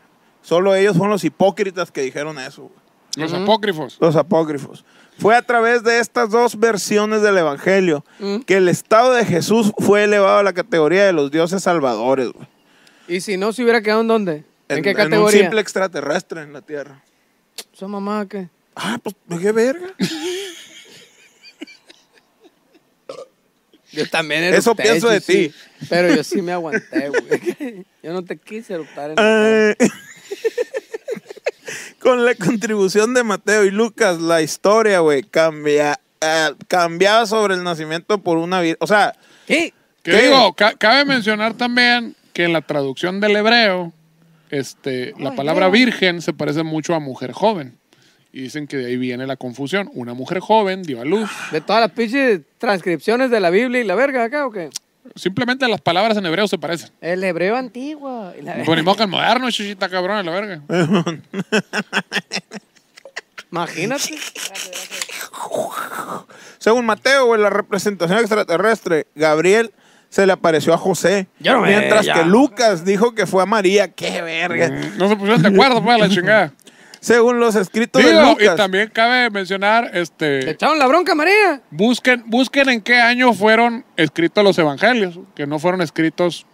Solo ellos son los hipócritas que dijeron eso, güey. Los apócrifos. Los apócrifos. Fue a través de estas dos versiones del Evangelio que el estado de Jesús fue elevado a la categoría de los dioses salvadores, güey. Y si no, se hubiera quedado en dónde? ¿En, qué un categoría? simple extraterrestre en la Tierra. Esa mamá que. Ah, pues, qué verga. Yo también Eso eructé, pienso de sí, ti. sí. Pero yo sí me aguanté, güey. Yo no te quise eructar en la cara. Eh, Con la contribución de Mateo y Lucas, la historia, güey, cambia, ah, cambiaba sobre el nacimiento por una vida. O sea, ¿Qué? Que ¿Qué? digo, ca- cabe mencionar también que en la traducción del hebreo, este, la Ay, palabra Leo. virgen se parece mucho a mujer joven. Y dicen que de ahí viene la confusión. Una mujer joven dio a luz. ¿De todas las pinches transcripciones de la Biblia y la verga acá o qué? Simplemente las palabras en hebreo se parecen. El hebreo antiguo. y la verga. Pues ni modo que el moderno, chuchita cabrón, a la verga. Imagínate. según Mateo, güey, la representación extraterrestre, Gabriel se le apareció a José. Yo no me- mientras ya. que Lucas dijo que fue a María. ¡Qué verga! No se pusieron de acuerdo, pues, a la chingada. Según los escritos de Digo, Lucas. y también cabe mencionar, ¿Te este, echaron la bronca, María? busquen, busquen en qué año fueron escritos los evangelios, que no fueron escritos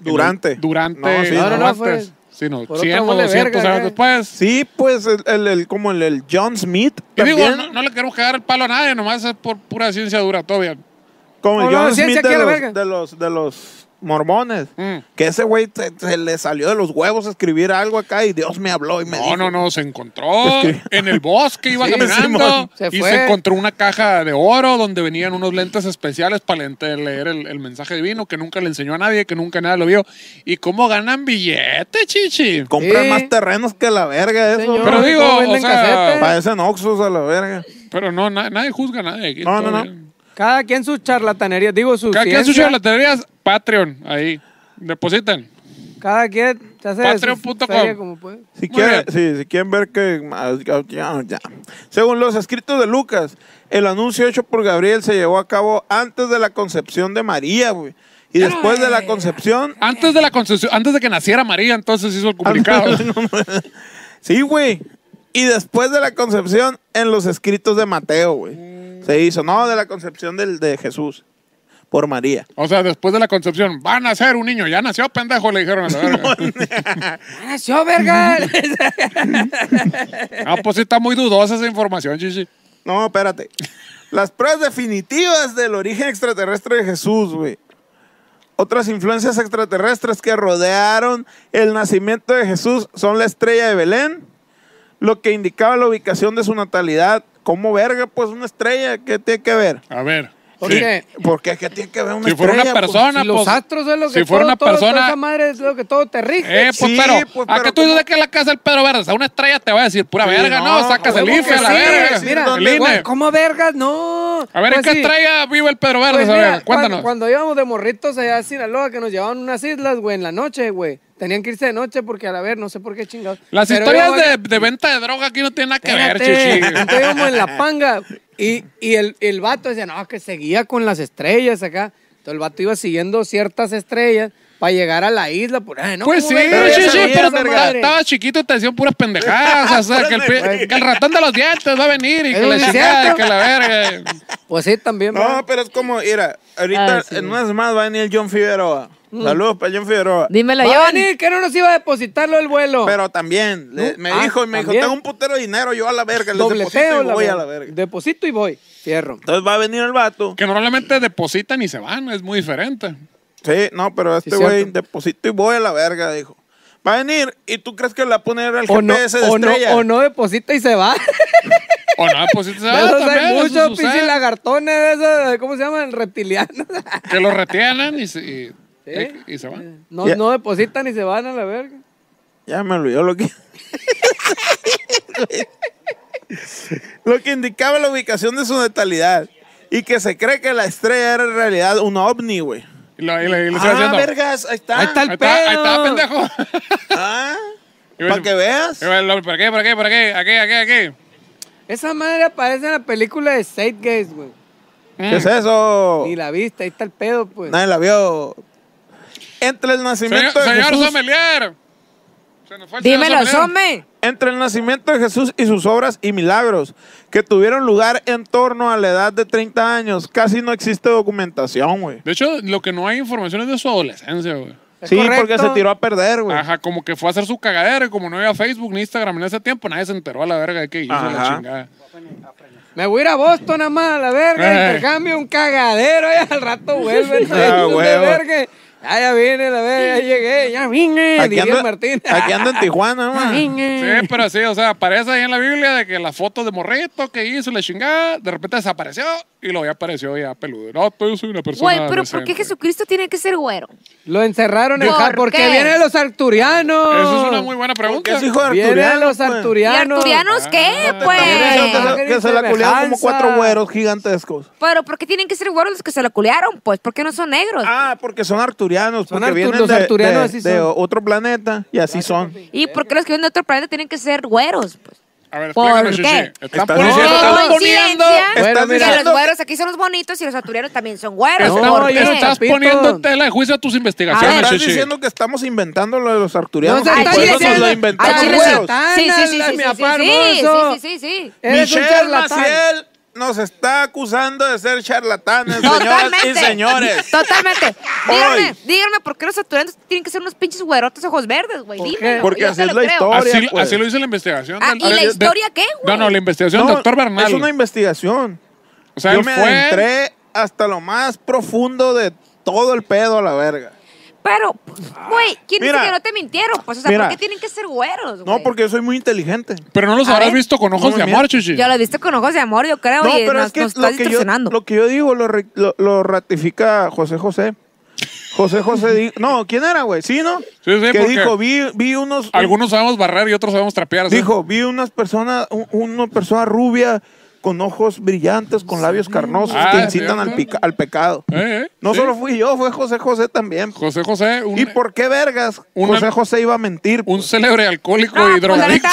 en el- Durante. durante, No, sí, no, no, no, antes, fue sino por 100 otra o mole 200 verga, años acá. después. Sí, pues, el, el- el- como el, el John Smith. Y digo, también, no, no le queremos cagar el palo a nadie, nomás es por pura ciencia dura todavía. Como el Hola, John ciencia Smith de aquí a la los, verga. de los, de los mormones. Mm. Que ese güey se, se le salió de los huevos escribir algo acá y Dios me habló y me No, dijo. no, no, se encontró Escribió. en el bosque, iba Sí, Simón. caminando Se y fue. se encontró una caja de oro donde venían unos lentes especiales para lente- leer el, el mensaje divino que nunca le enseñó a nadie, que nunca nadie lo vio. ¿Y cómo ganan billetes, chichi? Compran Sí. más terrenos que la verga eso. Señor, Pero Pero digo, eh. ¿cómo o venden sea, casetes? Parecen oxos a la verga. Pero no, na- nadie juzga a nadie aquí. No, todo no, no. bien. Cada quien sus charlatanerías, digo sus. Cada quien ciencia. escucha las teorías, Patreon, ahí. Depositan. Cada quien se hace de su Patreon.com. feria como puede. Muy Si quieren, sí, si quieren ver que... ah, ya, ya. Según los escritos de Lucas, el anuncio hecho por Gabriel se llevó a cabo antes de la concepción de María, güey. Y después de la concepción... Antes de la concesión, antes de que naciera María, entonces hizo el complicado. Sí, güey. Y después de la concepción en los escritos de Mateo, güey. Se hizo, no, de la concepción del, de Jesús por María. o sea, después de la concepción, va a nacer un niño, ya nació pendejo, le dijeron a la verga. ¡Ah, nació, verga! Ah, pues sí está muy dudosa esa información, chichi. No, espérate. Las pruebas definitivas del origen extraterrestre de Jesús, güey. Otras influencias extraterrestres que rodearon el nacimiento de Jesús son la estrella de Belén, lo que indicaba la ubicación de su natalidad. ¿Cómo verga? Pues una estrella, ¿qué tiene que ver? A ver. ¿Por sí. qué? ¿Por qué? ¿Qué tiene que ver una Si fuera una estrella, pues? persona, Si los pues, astros es lo que si fuera todo- una todo- toda persona- esa madre es lo que todo te rige. Eh, pues, Sí, pero, pues, ¿a pero qué tú dices ¿cómo? que es la casa del Pedro Verdes? A una estrella te va a decir, pura Sí, verga, no, no, sacas a el huevo IFE que a la sí, verga. sí, Mira, ¿dónde, el güey, INE. ¿cómo vergas? No. A ver, ¿en Pues qué sí. estrella vive el Pedro Verdes? Pues a ver, mira, cuéntanos. Cuando, cuando íbamos de morritos allá a Sinaloa, que nos llevaban unas islas, güey, en la noche, güey. Tenían que irse de noche porque, a la ver, no sé por qué chingados. Las Pero historias íbamos- de, de venta de droga aquí no tienen nada que Espérate, ver, chichi. entonces íbamos en la panga y, y el, el vato decía, no, que seguía con las estrellas acá. Entonces el vato iba siguiendo ciertas estrellas para llegar a la isla. Pues, ay, no, Pues sí, ¿cómo ves? Pero ya sí, sí, sabía, pero verga. ta- estaba chiquito y te decían puras pendejadas. o sea, que el, pe- que el ratón de los dientes va a venir y que Eso la sí es chingada, y cierto. que la verga. Pues sí, también. No, ¿verdad? pero es como, mira, ahorita Ah, sí. en unas más va a venir el John Figueroa. Mm. Saludos para John Figueroa. Dímelo, Va a Johnny. venir, que no nos iba a depositarlo el vuelo. Pero también, le- No, me ah, dijo, y me también. dijo, tengo un putero de dinero, yo a la verga, les deposito Dobleteo, y voy la a la ver- verga. Deposito y voy. Fierro. Entonces va a venir el vato. Que normalmente depositan y se van, es muy diferente. Sí, no, pero este Sí, güey, cierto. deposito y voy a la verga, dijo. Va a venir, y tú crees que le va a poner el O no, GPS de o, no, estrella. o no deposita y se va. O no, depositan y se De van esos Ah, hay también. eso muchos sucede. pinches lagartones, de esos, ¿cómo se llaman? Reptilianos. Que los retienen y se, y, ¿Sí? y se van. No, Ya. no depositan y se van a la verga. Ya me olvidó lo que. lo que indicaba la ubicación de su natalidad. Y que se cree que la estrella era en realidad un ovni, güey. Y lo, y le- y le sigue Ah, haciendo. vergas, ahí está. Ahí está Ahí el está, ahí está, pedo. pendejo. Ah, para que veas. Y bueno, ¿Para qué? ¿Para qué? ¿Para qué? ¿Aquí? ¿Aquí? ¿Aquí? Esa madre aparece en la película de State Gates, güey. Mm. ¿Qué es eso? Ni la viste, ahí está el pedo, pues. Nadie la vio. Entre el nacimiento Señor, de señor Jesús. sommelier. Se nos fue el señor Dímelo, sommelier. Some. entre el nacimiento de Jesús y sus obras y milagros, que tuvieron lugar en torno a la edad de 30 años. Casi no existe documentación, güey. De hecho, lo que no hay información es de su adolescencia, güey. Es Sí, correcto. porque se tiró a perder, güey. Ajá, como que fue a hacer su cagadero y como no había Facebook ni Instagram en ese tiempo, nadie se enteró a la verga de que hizo la Ajá. chingada. Me voy a ir a Boston nada más a la verga, Eh. intercambio un cagadero y al rato vuelven. Ah, de huevo. verga. Ya, ya vine, la verga, ya llegué, ya vine, Aquí diría ando, el Martín. aquí ando en Tijuana, Ya güey. vine. Sí, pero sí, o sea, aparece ahí en la Biblia de que las fotos de morrito que hizo la chingada, de repente desapareció y luego ya apareció ya peludo. No, pues yo soy una persona. Güey, pero ¿por qué decente. Jesucristo tiene que ser güero? Lo encerraron en ¿Por Japón porque qué? vienen los arturianos. Eso es una muy buena ¿Qué pregunta. es hijo de Vienen Arturiano? los güey? ¿Y arturianos. Ah, arturianos qué, pues? también Que se- que se la culearon como cuatro güeros gigantescos. Pero ¿por qué tienen que ser güeros los que se la culearon? Pues, ¿por qué no son negros? Ah, porque son arturianos, Son porque artu- vienen los de, arturianos de- así de son. otro planeta y así son. ¿Y por qué los que vienen de otro planeta tienen que ser güeros? Pues, A ver, ¿Por explícanos, qué? Shishi. Están Estás poniendo- diciendo- están ¿Qué poniendo. coincidencia? Estás Que los diciendo- güeros aquí son los bonitos y los asturianos también son güeros. están- No, ¿Por yo qué? no Estás Pepito. poniendo en tela de juicio a tus A investigaciones, ver. Estás Shishi. diciendo que estamos inventando lo de los No arturianos. se y Al está por chile eso nos sí, lo al inventamos chile güeros. Sí, sí, sí, sí, Ana, sí, mi sí, apá, sí, hermoso. sí, sí, sí, sí. Eh, Eres un Michelle charlatán. Maciel nos está acusando de ser charlatanes, señoras Totalmente. y señores. Totalmente. Hoy. Díganme, díganme por qué los aturanos tienen que ser unos pinches güerotes ojos verdes, güey. ¿Por qué? Dímelo, Porque yo así te es lo la creo. historia. Así, pues. así lo dice la investigación. Ah, del- ¿y la de- historia qué, güey? No, no, la investigación del doctor Bernal. Es una investigación. O sea, Yo él me fue- adentré hasta lo más profundo de todo el pedo a la verga. Pero, güey, ¿quién Mira. dice que no te mintieron? Pues, o sea, Mira. ¿por qué tienen que ser güeros, No, güey? porque yo soy muy inteligente. Pero no los A habrás ver. visto con ojos No, de mi amor, mierda. Chichi. Ya lo viste con ojos de amor, yo creo, No, y pero nos, es que nos lo estás que, yo, distorsionando. lo que yo digo lo, re- lo- lo ratifica José José. José José di- No, ¿quién era, güey? ¿Sí, no? Sí, sí, que porque- dijo, vi, vi unos... Algunos sabemos barrer y otros sabemos trapear. ¿sí? Dijo, vi unas personas, un- una persona rubia con ojos brillantes, con labios carnosos Ah, que es incitan al, cierto. pica- al pecado. Eh, eh, No sí. solo fui yo, fue José José también. José José, un, ¿Y por qué vergas una- José José iba a mentir? un célebre alcohólico No, y pues, la drogadicto.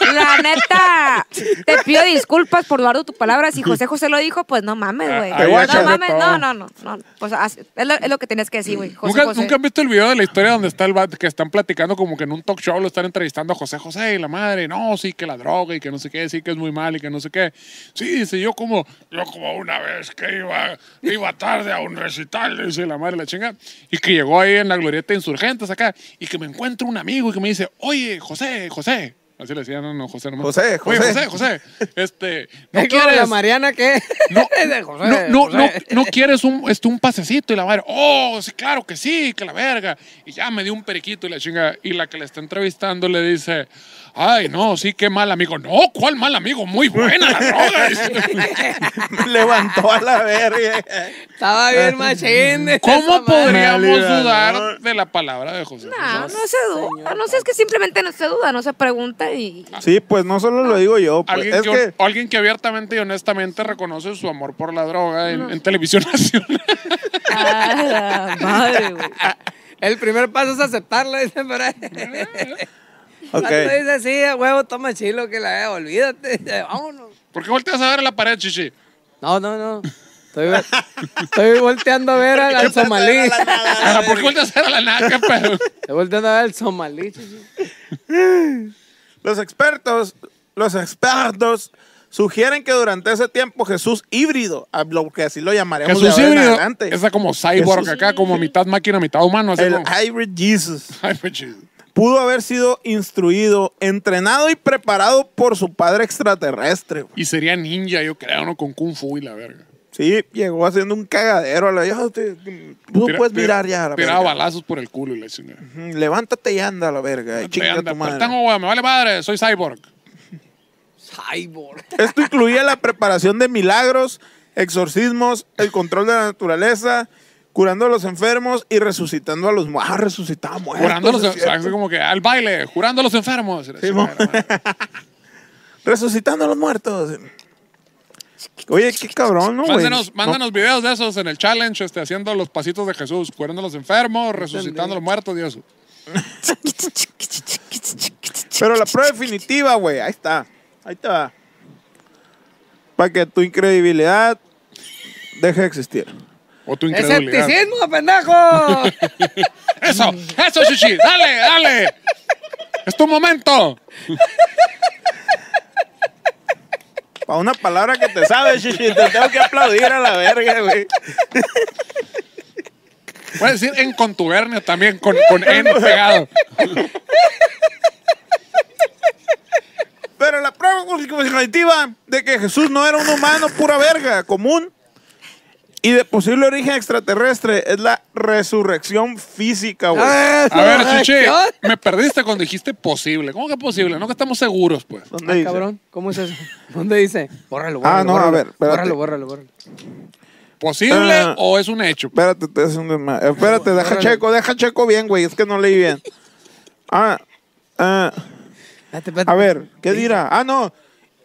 neta, la neta, te pido disculpas por guardo tu palabra. Si José José lo dijo, pues no mames, güey. Ah, ahí No guáchale mames, todo. no, no, no. no. Pues haz- es lo, es lo que tenías que decir, güey. José ¿Nunca, José. nunca han visto el video de la historia donde está el vato que están platicando como que en un talk show lo están entrevistando a José José y la madre? No, sí, que la droga y que no sé qué, sí, que es muy mal y que no sé qué. Sí, dice, yo como, yo como una vez que iba, iba tarde a un recital, dice la madre la chinga, y que llegó ahí en la glorieta de Insurgentes acá y que me encuentro un amigo y que me dice, oye, José, José. Así le decían, no, no, José nomás. José, Oye, José. José, José, este, no Es como la quieres... Mariana que No, De José, no, no, José. no, no quieres un, este, un pasecito y la madre, oh, sí, claro que sí, que la verga. Y ya me dio un periquito y la chinga. Y la que le está entrevistando le dice, ay, no, sí, qué mal amigo. No, ¿cuál mal amigo? Muy buena la droga. Este, Dice, Me levantó a la verga. estaba bien machín. de esa ¿Cómo madre. podríamos Malidad, ¿no? dudar de la palabra de José? Ah, No, no se duda. No sé, es que simplemente no se duda, no se pregunta y. Sí, pues no solo lo digo yo. pues, Alguien, es que, que alguien que abiertamente y honestamente reconoce su amor por la droga en, en televisión nacional. Ah, la madre, güey. El primer paso es aceptarla, dice por ahí. Ok. Cuando dice así, a huevo, toma chilo, que la olvídate. dice, Vámonos. ¿Por qué volteas a ver a la pared, chichi? No, no, no. Estoy, estoy volteando a ver al, al somalí. Ah, ¿Por qué volteas a ver a la nada? ¿Qué pedo? Estoy volteando a ver al somalí. chichi. Los expertos, los expertos sugieren que durante ese tiempo Jesús híbrido, a lo que así lo llamaremos Jesús de ahora en híbrido. adelante, Está como cyborg Jesús. acá, como mitad máquina, mitad humano. Así el como- hybrid Jesus, Ay, pues, chido. pudo haber sido instruido, entrenado y preparado por su padre extraterrestre. güey. Y sería ninja, yo creo, ¿no? Con Kung Fu y la verga. Sí, llegó haciendo un cagadero a la vieja. "Te- Tú Tira- puedes tira- mirar ya. a la Tiraba verga. balazos por el culo y la chingada. Ujú, Levántate y anda a la verga. y chinga Anda, tu madre. "Préstamo, güey, me vale madre, soy cyborg. Cyborg. Esto incluía la preparación de milagros, exorcismos, el control de la naturaleza, curando a los enfermos y resucitando a los muertos. Ah, resucitaba muertos. Jurando a los es cierto. enfermos. como que al baile, jurando a los enfermos. Era así, mo. madre, madre. Resucitando a los muertos. Oye, qué cabrón, ¿no, güey? Mándanos, No. mándanos videos de esos en el challenge, este, haciendo los pasitos de Jesús, curando a los enfermos, resucitando a los muertos y eso. Pero la prueba definitiva, güey, ahí está. Ahí está. Para que tu incredibilidad deje de existir. O tu incredulidad. ¡Escepticismo, pendejo! Eso, eso, chichi, dale, dale. ¡Es tu momento! Para una palabra que te sabes, chichi, te tengo que aplaudir a la verga, güey. Puedes decir en contubernio también, con, con N pegado. Pero la prueba cognitiva de que Jesús no era un humano pura verga, común, y de posible origen extraterrestre, es la resurrección física, güey. Ah, A ver, Chichi, ¿Qué onda? me perdiste cuando dijiste posible. ¿cómo que posible? No que estamos seguros, pues. ¿Dónde Ah, dice? cabrón, ¿cómo es eso? ¿Dónde dice? Bórralo, bórralo. Ah, no, a bórralo, ver, espérate. Bórralo, bórralo, bórralo. ¿Posible Ah. o es un hecho? Espérate, te hace un desma- Espérate, deja checo, deja checo bien, güey. Es que no leí bien. Ah, ah, Espérate, espérate. a ver, ¿qué dirá? Ah, no.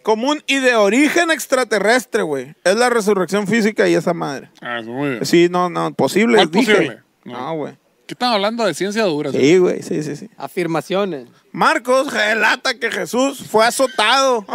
Común y de origen extraterrestre, güey. Es la resurrección física y esa madre. Ah, muy bien. Sí, no, no, posible. ¿Cuál dije. posible? No. No, güey. ¿Qué están hablando de ciencia dura? Sí, güey, sí, sí, sí. Afirmaciones. Marcos relata que Jesús fue azotado.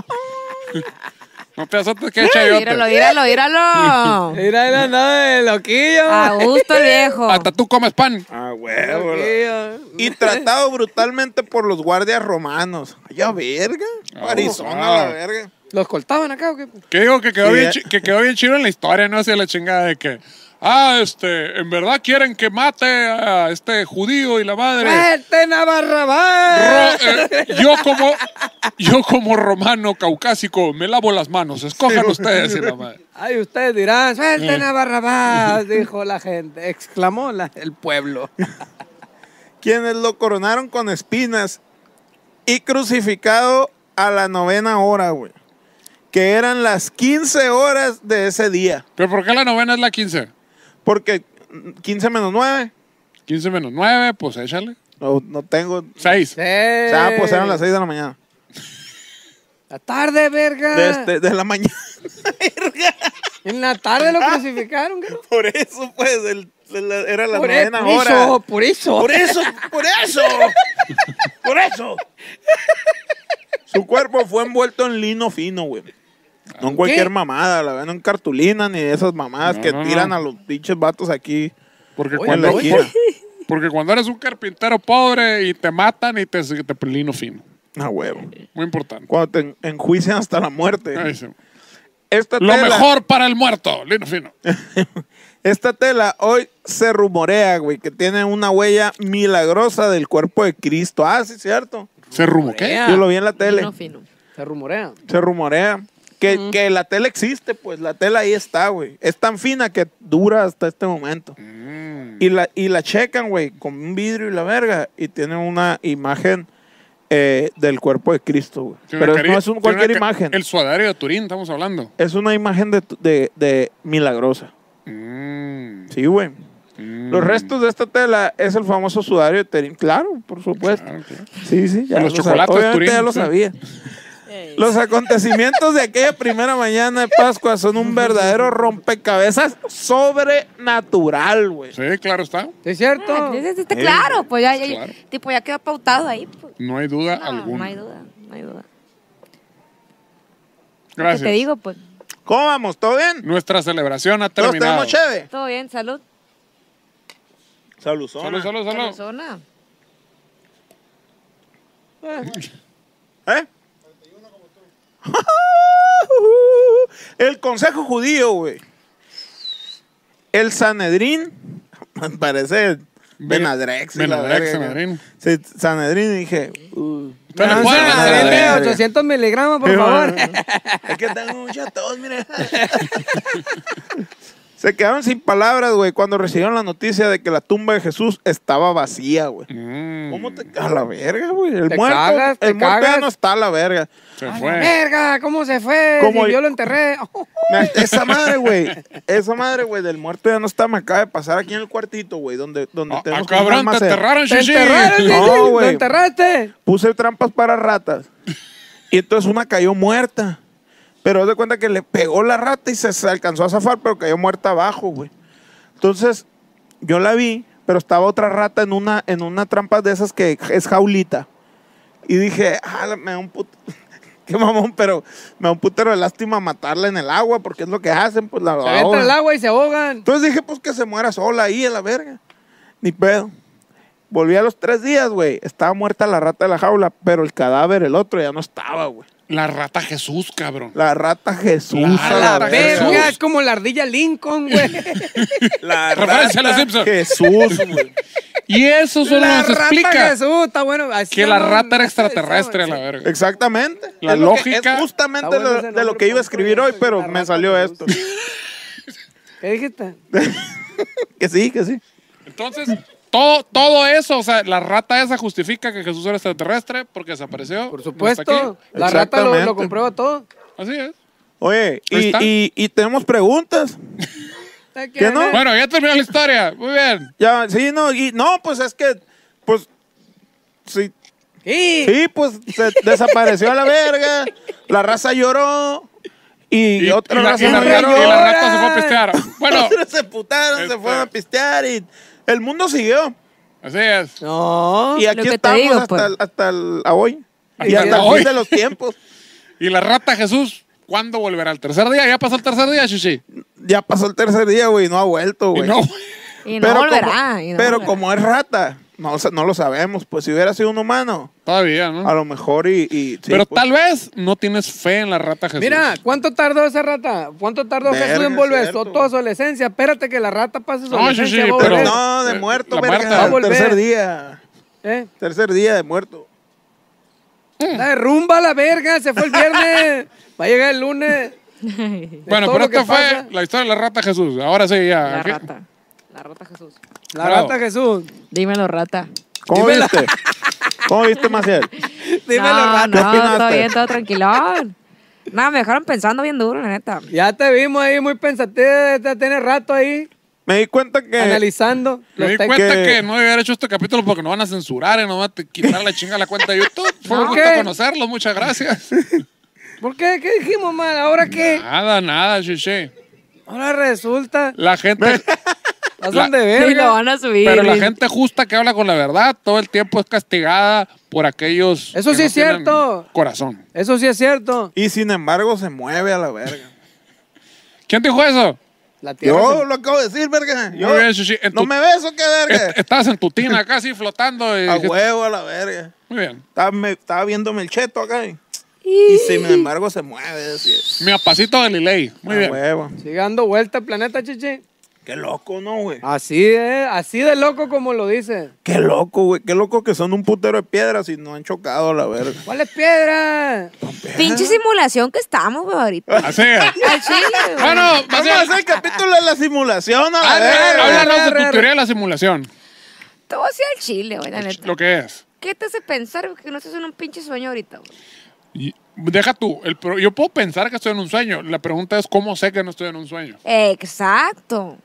No te azotes que es Míralo, chayote. míralo, míralo. Mira, mira, nada de loquillo. A gusto el viejo. Hasta tú comes pan. Ah, güey. Loquillo. Y tratado brutalmente por los guardias romanos. Ay, a verga. Arizona, Ah. la verga. ¿Los coltaban acá o qué? Que digo que quedó, Sí, bien, eh. chi- que quedó bien chido en la historia, ¿no? Así la chingada de que, ah, este, en verdad quieren que mate a este judío y la madre. ¡Vete a Barrabás! Ro- eh, yo como yo como romano caucásico me lavo las manos, escojan ustedes y la madre. Ay, ustedes dirán, Mm. suelten a Barrabás, dijo la gente, exclamó la- el pueblo. quienes lo coronaron con espinas y crucificado a la novena hora, güey. Que eran las 15 horas de ese día. ¿Pero por qué la novena es la 15? Porque mm, 15 menos 9, 15 menos 9, pues échale. no, no tengo. 6. Sí. O sea, pues eran las 6 de la mañana. La tarde, verga. De, este- de la mañana. En la tarde Ah. lo crucificaron, güey. Por eso, pues, el- el- era la Por, novena por hora. eso, por eso. Por eso, por eso. Por eso. Su cuerpo fue envuelto en lino fino, güey. No en cualquier ¿Qué? mamada, la verdad, no en cartulina ni de esas mamadas No, que no, tiran no. a los pinches vatos aquí. Porque Oye, cuando, oye. por- porque cuando eres un carpintero pobre y te matan y te, te lino fino. A huevo. Muy importante. Cuando te en- enjuician hasta la Ahí muerte. sí. Esta Lo tela, mejor para el muerto, lino fino. esta tela hoy se rumorea, güey, que tiene una huella milagrosa del cuerpo de Cristo. Ah, sí, cierto. Se rumo, ¿qué? Rumorea. Yo lo vi en la tele. Fino, fino. Se rumorea. Se rumorea. Que, que la tela existe, pues la tela ahí está, güey. Es tan fina que dura hasta este momento. Mm. Y, la, y la checan, güey, con un vidrio y la verga. Y tienen una imagen eh, del cuerpo de Cristo, güey. Tiene Pero una cari- no es un- tiene cualquier una ca- imagen. El suadario de Turín, estamos hablando. Es una imagen de, de- de milagrosa. Mm, Sí, güey. mm. Los restos de esta tela es el famoso sudario de Terín. Claro, por supuesto. Claro, claro. Sí, sí, ya Los lo sab- chocolates obviamente Turín, ya lo sí. sabía. Los acontecimientos de aquella primera mañana de Pascua son un verdadero rompecabezas sobrenatural, güey. mm. Sí, claro está. ¿Sí ¿Es cierto? Ah, entonces, Eh, este, claro, pues ya, ya- Claro. tipo, ya quedó pautado ahí. pues. No hay duda No, alguna. no hay duda, no hay duda. ¿Qué Gracias. te digo? Pues ¿Cómo vamos? ¿Todo bien? Nuestra celebración ha ¿Todos terminado. tenemos chévere? todo bien, salud. Salud, Salud, salud, salud. Persona. Ah. ¿Eh? El consejo judío, güey. El Sanedrín. Parece Benadrex. y la Benadrex, verga, Sanedrín. güey. Sí, Sanedrín, dije. uh, Está en No, Juan, sí, la sí, verga. de 800 Ah, miligramos, por Sí, favor. bueno. Es que tengo mucha tos, mire. Se quedaron sin palabras, güey, cuando recibieron la noticia de que la tumba de Jesús estaba vacía, güey. Mm, ¿Cómo te a la verga, güey? El Te muerto, cagas, te el muerto ya cagas. no está a la verga. se fue. Verga, ¿cómo se fue? ¿Cómo Si yo- yo lo enterré. Me- Esa madre, güey. Esa madre, güey, del muerto ya no está. Me acaba de pasar aquí en el cuartito, güey, donde, donde Ah, tenemos ah, cabrón, un te almacén. enterraron, ¡Te Shishi. enterraron, No, Gigi, ¡Lo güey. enterraste! puse trampas para ratas. Y entonces una cayó muerta. Pero haz de cuenta que le pegó la rata y se, se alcanzó a zafar, pero cayó muerta abajo, güey. Entonces, yo la vi, pero estaba otra rata en una, en una trampa de esas que es jaulita. Y dije, ah, la- me da un puto. Qué mamón, pero me da un putero de lástima matarla en el agua, porque es lo que hacen, pues la Se avientan ahogan. al agua y se ahogan. Entonces dije, pues que se muera sola ahí a la verga. Ni pedo. Volví a los tres días, güey. Estaba muerta la rata de la jaula, pero el cadáver, el otro, ya no estaba, güey. La rata Jesús, cabrón. La rata Jesús. La A la Jesús. verga, es como la ardilla Lincoln, güey. La Referencia a los Simpson. Jesús, güey. Y eso solo la nos rata explica Jesús, está bueno. así que la no- rata no- era extraterrestre, a la sí. verga. Exactamente. La Es lo que- lógica. es justamente Está bueno lo- ese de lo nombre que iba para a un escribir hoy, proyecto, pero la me rata salió Jesús. esto. ¿Qué dijiste? que sí, que sí. Entonces, todo, todo eso, o sea, la rata esa justifica que Jesús era extraterrestre porque desapareció. Por no está supuesto. aquí. La rata lo, Exactamente. lo comprueba todo. Así es. Oye, Ahí y, está. y- y tenemos preguntas. ¿Qué no? Bueno, ya terminó la historia. Muy bien. Ya, sí, no, y no, pues es que, pues, sí, Sí. sí, pues se desapareció a la verga, la raza lloró y, otra la, raza y la- no y la lloró. rata se fue a pistear. Bueno, Otros se putaron, este- se fueron a pistear y el mundo siguió. así es. No. Y lo aquí que te estamos digo, hasta, pues. el- hasta el- a hoy. Aquí y hasta el estamos. fin de los tiempos. Y la rata Jesús, ¿cuándo volverá? ¿El tercer día? ¿Ya pasó el tercer día, Shishi? Ya pasó el tercer día, güey, no ha vuelto, Y güey. no. Y no volverá. Como, y no pero volverá. como es rata, no, sa- no lo sabemos. Pues si hubiera sido un humano, Todavía, ¿no? a lo mejor y... y- sí, Pero pues, tal vez no tienes fe en la rata Jesús. Mira, ¿cuánto tardó esa rata? ¿Cuánto tardó Verga, Jesús en volver cierto. toda su adolescencia? Espérate que la rata pase su No, sí, adolescencia. ¿eh? sí, va a pero- Pero volver. no, de La muerto, muerta. verga, Va a volver. Tercer día. ¿Eh? Tercer día de muerto. La derrumba la verga, se fue el viernes. Va a llegar el lunes. bueno, todo pero lo que esta fue pasa. la historia de la rata Jesús. Ahora sí, ya. La Aquí- rata. La rata Jesús. La Bravo. rata Jesús. Dímelo, rata. ¿Cómo Dímela. viste? ¿Cómo viste, Maciel? Dímelo, no, rata. ¿Qué No, todo opinaste? bien, todo tranquilón. No, me dejaron pensando bien duro, la neta. Ya te vimos ahí muy pensativa, ya tienes rato ahí Me di cuenta que... analizando Me los di textos. cuenta que- que no hubiera hecho este capítulo porque nos van a censurar y nos van a quitar la chinga la cuenta de YouTube. Fue un ¿Por gusto qué? conocerlos, muchas gracias. ¿Por qué? ¿Qué dijimos mal? ¿Ahora qué? Nada, nada, chiche. Ahora resulta. La gente, Pasan La- de Y lo verga. van a subir. pero la y- gente justa que habla con la verdad todo el tiempo es castigada por aquellos. Eso que sí es tienen cierto. Corazón. Eso sí es cierto. Y sin embargo se mueve a la verga. ¿Quién dijo eso? La tierra Yo lo acabo de decir, verga. Yo- Muy bien, Shishi. En ¿No tu- me ves o qué verga? Est- Estabas en tu tina acá así flotando. Y A este, dijiste- huevo a la verga. Muy bien. Estaba, me- estaba viéndome el cheto acá. Y, y sin embargo se mueve. Así. Mi apacito Galilei. Muy a bien. huevo. se- sigue dando vuelta al planeta, chichi. Qué loco, ¿no, güey? Así es, así de loco como lo dice. Qué loco, güey. Qué loco que son un putero de piedras y no han chocado a la verga. ¿Cuál es piedra? Pinche simulación que estamos, güey, ahorita. Así es. Ah, Al chile, güey. Bueno, Vamos a hacer el capítulo de la simulación a la verga. Háblanos de arre, tu arre. teoría de la simulación. Te voy a decir al chile, güey, la neta. Lo que es. ¿Qué te hace pensar güey, que no estás en un pinche sueño ahorita, güey? Y- Deja tú. el pro- yo puedo pensar que estoy en un sueño. La pregunta es cómo sé que no estoy en un sueño. Exacto.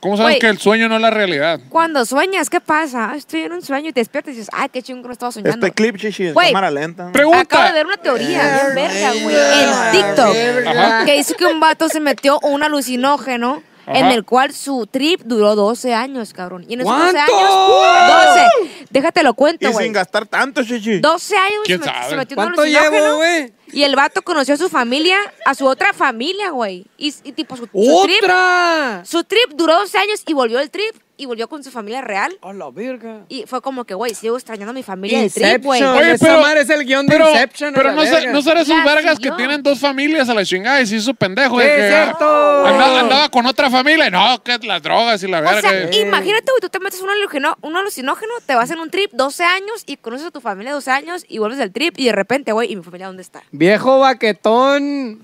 ¿Cómo sabes Güey. que el sueño no es la realidad? Cuando sueñas, ¿qué pasa? Ah, estoy en un sueño y te despiertas y dices, ay, qué chingón, no estaba soñando. Este clip, chichi, en Güey. cámara lenta. ¿no? Pregunta. Acabo de ver una teoría Eh, bien verga, güey, en TikTok, Ajá. que dice que un vato se metió un alucinógeno en Ajá. el cual su trip duró 12 años, cabrón. Y en esos 12 ¿Cuánto? años, 12, déjate lo Y cuento, sin güey. gastar tanto, chichi. 12 años se ¿Quién metió, se sabe? metió un ¿Cuánto alucinógeno. llevo, güey? Y el vato conoció a su familia, a su otra familia, güey. Y, y tipo, su, su trip, ¡Otra! su trip duró 12 años y volvió el trip y volvió con su familia real. ¡A la verga! Y fue como que, güey, sigo extrañando a mi familia del trip, güey. Inception. Oye, esa madre es el guión de Inception, a Pero la no, sé, verga. no será esos La vergas que siguió. tienen dos familias a la chingada y si hizo pendejo. Sí, de es que, cierto. ah, Andaba, andaba con otra familia y no, que las drogas y la O verga. sea, Y- imagínate, güey, tú te metes un alucinó- un alucinógeno, te vas en un trip 12 años y conoces a tu familia 12 años y vuelves del trip y de repente, güey, ¿y mi familia dónde está? Viejo baquetón.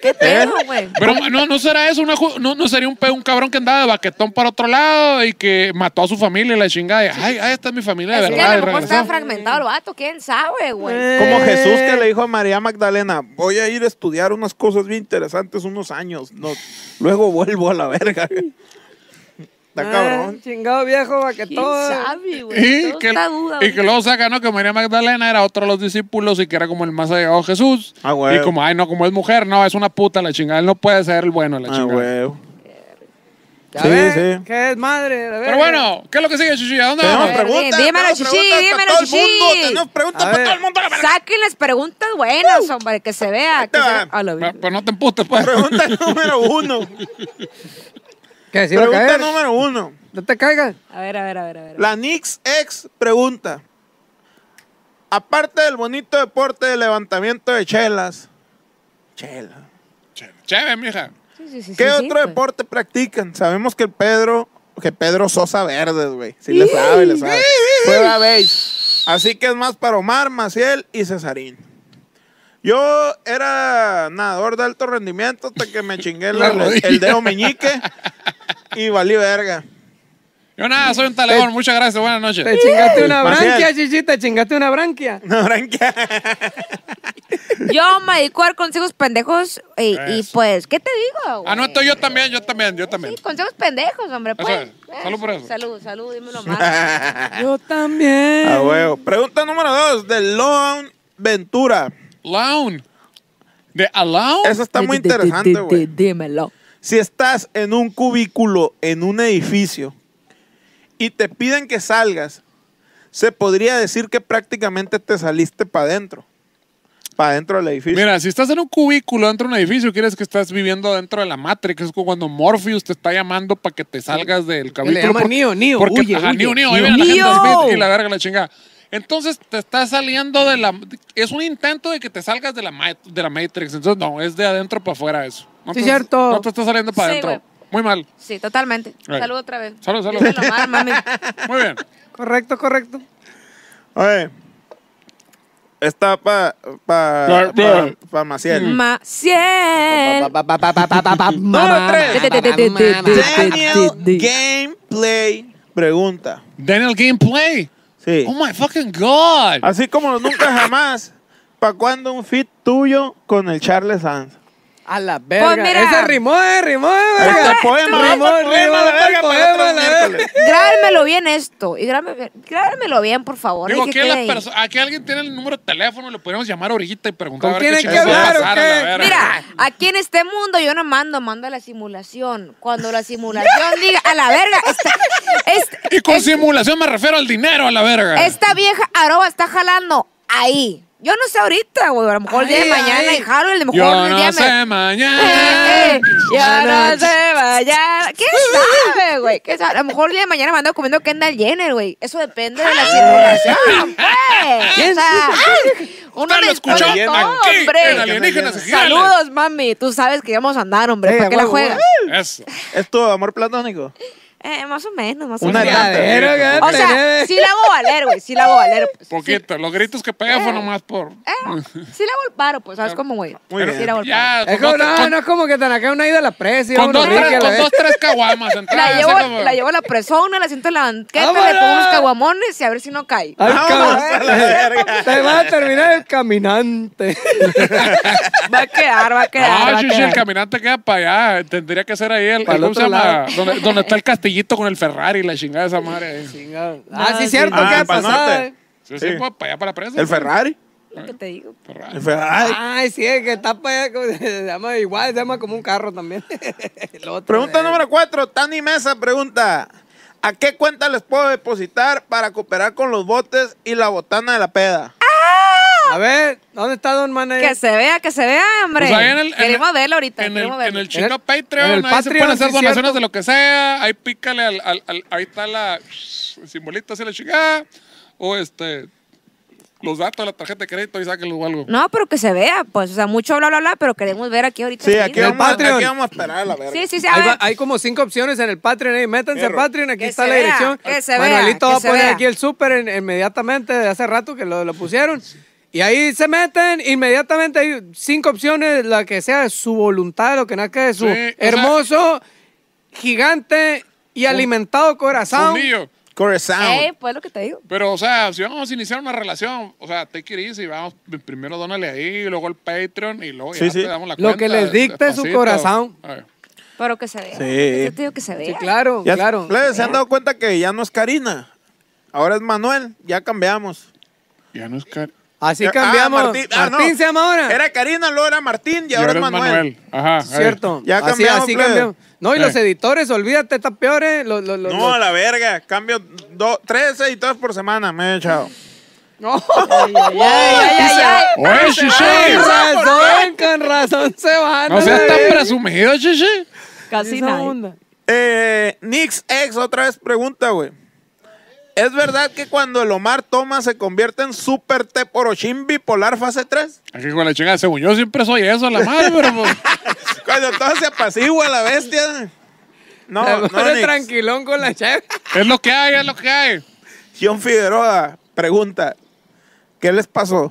¿Qué pedo, güey? Pero no, no será eso, una ju- no, no sería un pe- un cabrón que andaba de baquetón para otro lado y que mató a su familia y la chingada. y, ay, ay, esta es mi familia de Es que a verdad. y lo regresó. mejor Eh, estaba fragmentado el vato, quién sabe, güey. Como Eh. Jesús que le dijo a María Magdalena, voy a ir a estudiar unas cosas bien interesantes unos años. No, luego vuelvo a la verga. Está cabrón. Ah, Chingado viejo ¿Quién baquetón. sabe, güey? Y Todo oh. que, está duda, y que güey. luego saca, ¿no? Que María Magdalena era otro de los discípulos y que era como el más allegado a Jesús. Ah, güey. Y como, ay, no, como es mujer, no, es una puta la chingada. Él no puede ser el bueno la Ah, chingada. huevo. Ya Sí, ves, sí. Que es madre. la verga. Pero bueno, ¿qué es lo que sigue, Chuchi? ¿A dónde Tenemos vamos? ver, preguntas. dímelo, tenemos Chichi, preguntas para dímelo, todo el mundo, Chichi. Tenemos preguntas A para ver. todo el mundo. la verga. Saquen las preguntas buenas, hombre, que se vea. te que se va. vea. A la Pero, verga. pero no te emputes, pues. Pregunta número uno. Que sí va a Pregunta caer. número uno. No te caigas. A ver, a ver, a ver, a ver. La Nix X pregunta. Aparte del bonito deporte de levantamiento de chelas. Chela. Ch- Chévere, mija. Sí, sí, sí, ¿Qué sí, sí, otro pues. deporte practican? Sabemos que el Pedro, que Pedro Sosa Verdes, güey. Sí le sabe, le sabe. Juega beige. Así que es más para Omar, Maciel y Cesarín. Yo era nadador de alto rendimiento hasta que me chingué la- La rodilla. el dedo meñique y valí verga. Yo nada, soy un talegón. Muchas gracias. Buenas noches. Te chingaste una Maciel. branquia, Chichi, te chingaste una branquia. No, Branquia. Yo me dedico a dar consejos pendejos y, y, Eso. pues, ¿qué te digo? Ah, no, güey? estoy yo también, yo también, yo también. Sí, consejos pendejos, hombre, Eso pues. es. Salud por eso. Salud, salud, dímelo más. Yo también. A huevo. Pregunta número dos de Lon Ventura. Lown. ¿De Alown? Eso está muy interesante, güey. Dímelo. Si estás en un cubículo, en un edificio, y te piden que salgas, se podría decir que prácticamente te saliste para adentro. Para adentro del edificio. Mira, si estás en un cubículo dentro de un edificio, quieres que estás viviendo dentro de la Matrix. Es como cuando Morpheus te está llamando para que te salgas del cubículo. llaman por- Neo, Neo, Porque, huye, ajá, huye. Neo, Neo, ahí Neo. viene la gente Neo. Smith y la verga la chingada. Entonces te estás saliendo de la... Es un intento de que te salgas de la, ma- de la Matrix. Entonces no, es de adentro para afuera eso. No Sí, te- cierto. No te estás saliendo para Sí, adentro. güey. Muy mal. Sí, totalmente. Right. Salud otra vez. Salud, salud. Dímelo más, mami. Muy bien. Correcto, correcto. Oye, está para Bla, bla. pa, pa, pa Maciel. Maciel. Número tres. Te, te, te, te, te, te, te, Daniel te, te. Gameplay pregunta. Daniel Gameplay. Sí. Oh my fucking God. Así como los nunca jamás, ¿para cuándo un fit tuyo con el Charles Sanz? A la verga. Pues mira. Ese rimó, eh, rimó, eh, Ahí está verga. el poema, Rimó, vamos al rimó, poema, la está el verga, para el otro poema, la verga. miércoles. Grábemelo bien esto. Y grábeme- grábemelo, bien, por favor. Digo, Hay que ¿quién quede las ahí. perso- aquí alguien tiene el número de teléfono, le podemos llamar ahorita y preguntar. ¿Con a ver quién qué hay que chingados hablar o va a pasar, a la qué? verga. Mira, aquí en este mundo yo no mando, mando a la simulación. Cuando la simulación diga, a la verga, esta, es- Y con es- Este, simulación me refiero al dinero, a la verga. esta vieja aroba está jalando ahí. Yo no sé ahorita, güey, a lo mejor el día de Ahí, mañana ahí. y jalo, a lo mejor Yo el día no de sé Eh, mañana. eh, Yo no sé mañana. ¿Qué sabe, güey? ¿Qué sabe? A lo mejor el día de mañana me ando comiendo Kendall Jenner, güey. Eso depende Ah. de la simulación, güey. O sea, ah, uno Usted me lo escuchó escucha todo, aquí, en hombre. Alienígenas Eh, Ejidales. Saludos, mami. Tú sabes que íbamos a andar, hombre. Sí, ¿Para qué la huevo, juegas? Eso. ¿Es tu amor platónico? Eh, más o menos, más o Una menos. lata. eh. Criadero, que O sea, tenés. sí la hago valer, güey. Sí la hago valer. pues. Poquito. Los gritos que pegué fue nomás por. Eh, sí la hago al paro, pues. ¿Sabes cómo, güey? Muy bien. Sí la hago al Ya, Es con como, dos- no, con- no es como que tan acá una ida a la presa. y con uno dos, rique a tres, la con vez. dos, tres caguamas. entradas, La llevo, así Ah, como- la llevo a la presona, la siento en la banqueta, le ¡Vámonos! pongo unos caguamones y a ver si no cae. Ah. Ay, Vamos a la verga. cabrón. Te vas a terminar el caminante. Va a quedar, va a quedar. Ah, va a sí, sí, el quedar. caminante queda para allá. Tendría que ser ahí el. Para el ¿Cómo se otro llama? lado. Donde, donde está el castillito con el Ferrari, la chingada de esa madre. ahí. Sí, Ah, sí, cierto, Ah, ¿qué ha pa'l norte. pasado? sí, Sí. pues, para allá, para la presa. ¿El Ferrari? Lo que te digo. Ferrari. El Ferrari. Ay, sí, es que está para allá, como- se llama igual, se llama como un carro también. El otro, Pregunta eh. número cuatro. Tani Mesa pregunta. ¿A qué cuenta les puedo depositar para cooperar con los botes y la botana de la peda? Ah, A ver, ¿dónde está Don Manager? Que se vea, que se vea, hombre. Pues ahí en el- en queremos el- verlo ahorita. En el, queremos verlo. en el chino En el- Patreon, en el ahí se Patreon, pueden hacer sí, donaciones cierto. de lo que sea. Ahí pícale al, al- al- ahí está la el simbolito así la chingada. O este los datos de la tarjeta de crédito y sáquenlo o algo. No, pero que se vea, pues. O sea, mucho bla, bla, bla, pero queremos ver aquí ahorita. Sí, enseguida. aquí En el vamos, a- Patreon. aquí vamos a esperar a la verga. Sí, sí, sí, a Hay, ver. va- hay como cinco opciones en el Patreon, ahí. métanse Perro. a Patreon, aquí Que está se la vea, dirección. que se vea, Manuelito que va a se poner vea. aquí el súper en- inmediatamente, de hace rato que lo, lo pusieron. Y ahí se meten, inmediatamente hay cinco opciones, la que sea de su voluntad, lo que nazca de su Sí, o sea- hermoso, gigante y alimentado corazón. Fundillo. Corazón. Ey, pues lo que te digo. Pero, o sea, si vamos a iniciar una relación, o sea, take it easy, vamos, primero dónale ahí, luego el Patreon y luego ya Sí, sí. te damos la Lo cuenta. que les dicte su corazón. A ver. Pero que se vea. Sí. Yo te digo que se vea. Sí, claro, Ya- claro. Eh. plebes, ¿Se han dado cuenta que ya no es Karina? Ahora es Manuel. Ya cambiamos. Ya no es caro. Así Ah, cambiamos. Martín, ah, no. Martín se llama ahora. Era Karina, luego era Martín y, ahora, es Manuel. Ajá. a ver. Cierto. Ya así, cambiamos, así plebe. Eh. cambiamos. No, y Sí. los editores, olvídate, está peor, eh. Los- los- los- No, a los- la verga. Cambio do, tres editores por semana. Me he echado. No. Ay, ay, ay, ay. Oye, Con Shishi. razón, con razón se van. No a seas la tan verga. presumido, Shishi. Casi Esa nada. onda. Eh, Nix X otra vez pregunta, güey. ¿Es verdad que cuando el Omar toma se convierte en Super T Porochín bipolar fase 3? Aquí con la chingada, según yo siempre soy eso, la madre, pero pues, Cuando todo se apacigua la bestia. No, No, no, Nix. tranquilón con la chef. es lo que hay, es lo que hay. John Figueroa pregunta, ¿qué les pasó?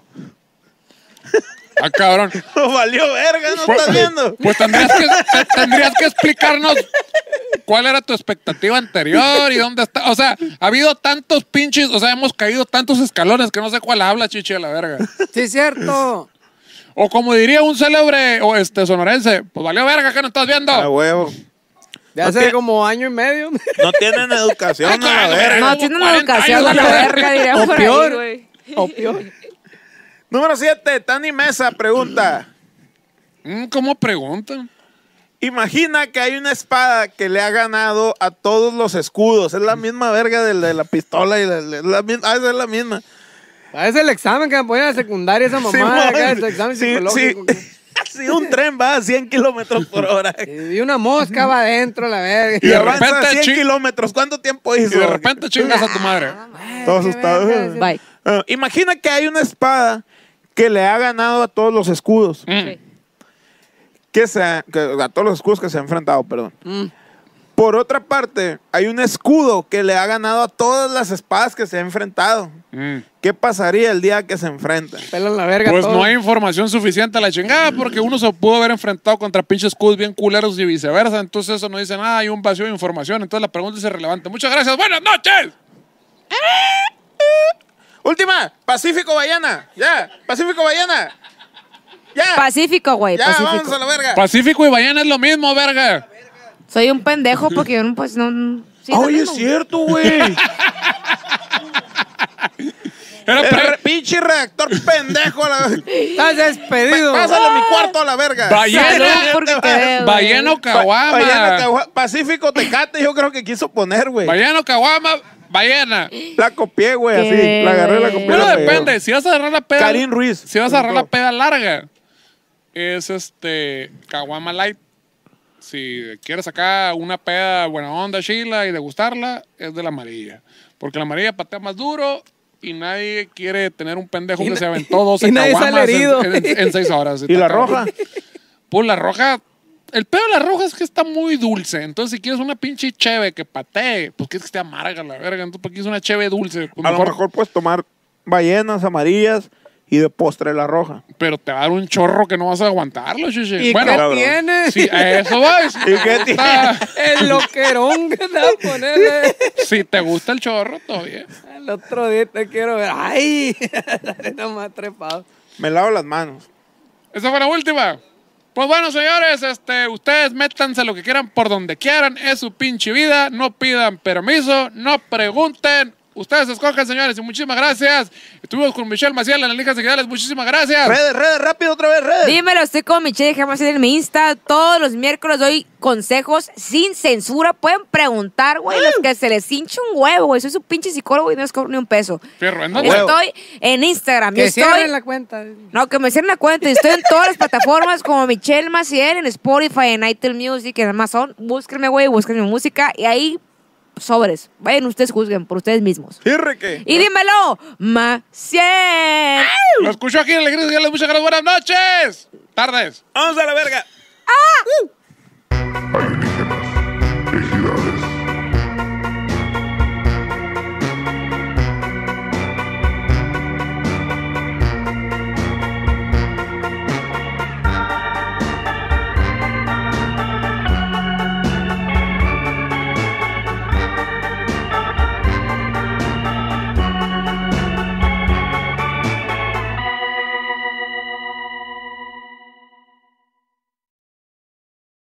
Ah, cabrón. Nos valió verga, ¿no estás viendo? Pues tendrías que, te- tendrías que explicarnos cuál era tu expectativa anterior y dónde está. O sea, ha habido tantos pinches, o sea, hemos caído tantos escalones que no sé cuál habla, chichi, a la verga. Sí, cierto. O como diría un célebre o este sonorense, pues valió verga que no estás viendo. A huevo. De No hace tiene- como año y medio. No tienen educación, a la verga. No, como tiene una 40 educación años, a la la verga, diría O por ahí, peor. güey. O peor. Número 7, Tani Mesa pregunta. Mm, ¿Cómo preguntan? Imagina que hay una espada que le ha ganado a todos los escudos. Es la Mm. misma verga de la, de la pistola y la, la- la mi- ah, esa es la misma. Ah, Es el examen que me ponían en la secundaria, esa mamada. acá, Simón. el examen Sí, psicológico. sí. Sí, un tren va a 100 kilómetros por hora. Y una mosca va adentro, la verga. Y de avanza repente, a 100 chi- kilómetros. ¿Cuánto tiempo hizo? Y de repente chingas a tu madre. Todo asustado. Bye. Ah, imagina que hay una espada que le ha ganado a todos los escudos. Mm. que se ha- que- a todos los escudos que se han enfrentado, perdón. Mm. Por otra parte, hay un escudo que le ha ganado a todas las espadas que se ha enfrentado. Mm. ¿Qué pasaría el día que se enfrentan? Pelan la verga Pues todo. no hay información suficiente a la chingada porque uno se pudo haber enfrentado contra pinches cuds bien culeros y viceversa. Entonces eso no dice nada, hay un vacío de información. Entonces la pregunta es irrelevante. Muchas gracias, buenas noches. Última, Pacífico Bayana. Ya, Pacífico Bayana. Ya, Pacífico, güey, ya, vamos Pacífico. a la verga. Pacífico y Bayana es lo mismo, verga. Soy un pendejo porque yo no, pues, no... sí, no, Oye, no, es no. cierto, güey. Era El re- pre- pinche reactor pendejo. a La... Estás despedido. Pásale a mi cuarto a la verga. Bayana. Salud porque te veo, güey. Bayana o Pa- Bayana, Caguama. Cagua- Pacífico Tecate, yo creo que quiso poner, güey. Bayana o Caguama, Bayana. La copié, güey, así. Qué La agarré, la copié. Bueno, la pegué. depende. Si vas a agarrar la peda. Karin Ruiz. Si vas a agarrar la peda larga, es este. Caguama Light. Si quieres sacar una peda buena onda, chila y degustarla, es de la amarilla. Porque la amarilla patea más duro y nadie quiere tener un pendejo que se aventó 12 y nadie caguamas sale herido. en, en- en seis horas. ¿Y Está la cabrón. roja? Pues la roja. El pedo de la roja es que está muy dulce. Entonces, si quieres una pinche cheve que patee, pues quieres que esté amarga la verga. Entonces, ¿por qué es una cheve dulce? Pues A lo mejor puedes tomar ballenas amarillas y de postre la roja. Pero te va a dar un chorro que no vas a aguantarlo, chichi. ¿Y bueno, qué cabrón. tiene? si a eso vas. Si ¿Y te qué gusta- El loquerón que te va a poner. Si te gusta el chorro, todavía. El otro día te quiero ver. ¡Ay! no me ha trepado. Me lavo las manos. Esa fue la última. Pues bueno, señores, este, ustedes métanse lo que quieran por donde quieran. Es su pinche vida. No pidan permiso, no pregunten. Ustedes escogen, señores, y muchísimas gracias. Estuvimos con Michelle Maciel en las Ligas Seguidales. Muchísimas gracias. Redes, redes, rápido otra vez, redes. Dímelo, estoy con Michelle Jamás en mi Insta. Todos los miércoles doy consejos sin censura. Pueden preguntar, güey, los que se les hincha un huevo, güey. Soy su pinche psicólogo y no les cobro ni un peso. Fierro, ¿en dónde? Huevo. Estoy en Instagram. Yo Que estoy. cierren la cuenta. No, que me cierren la cuenta. Estoy en todas las plataformas como Michelle Maciel, en Spotify, en iTunes Music, en Amazon. Búsquenme, güey, búsquenme música. Y ahí, sobres. Vayan, ustedes juzguen por ustedes mismos. Sí, Ricky. Y dímelo, Maciel. Lo escucho aquí en las Ligas Seguidales. Muchas gracias. Buenas noches. Tardes. Vamos a la verga.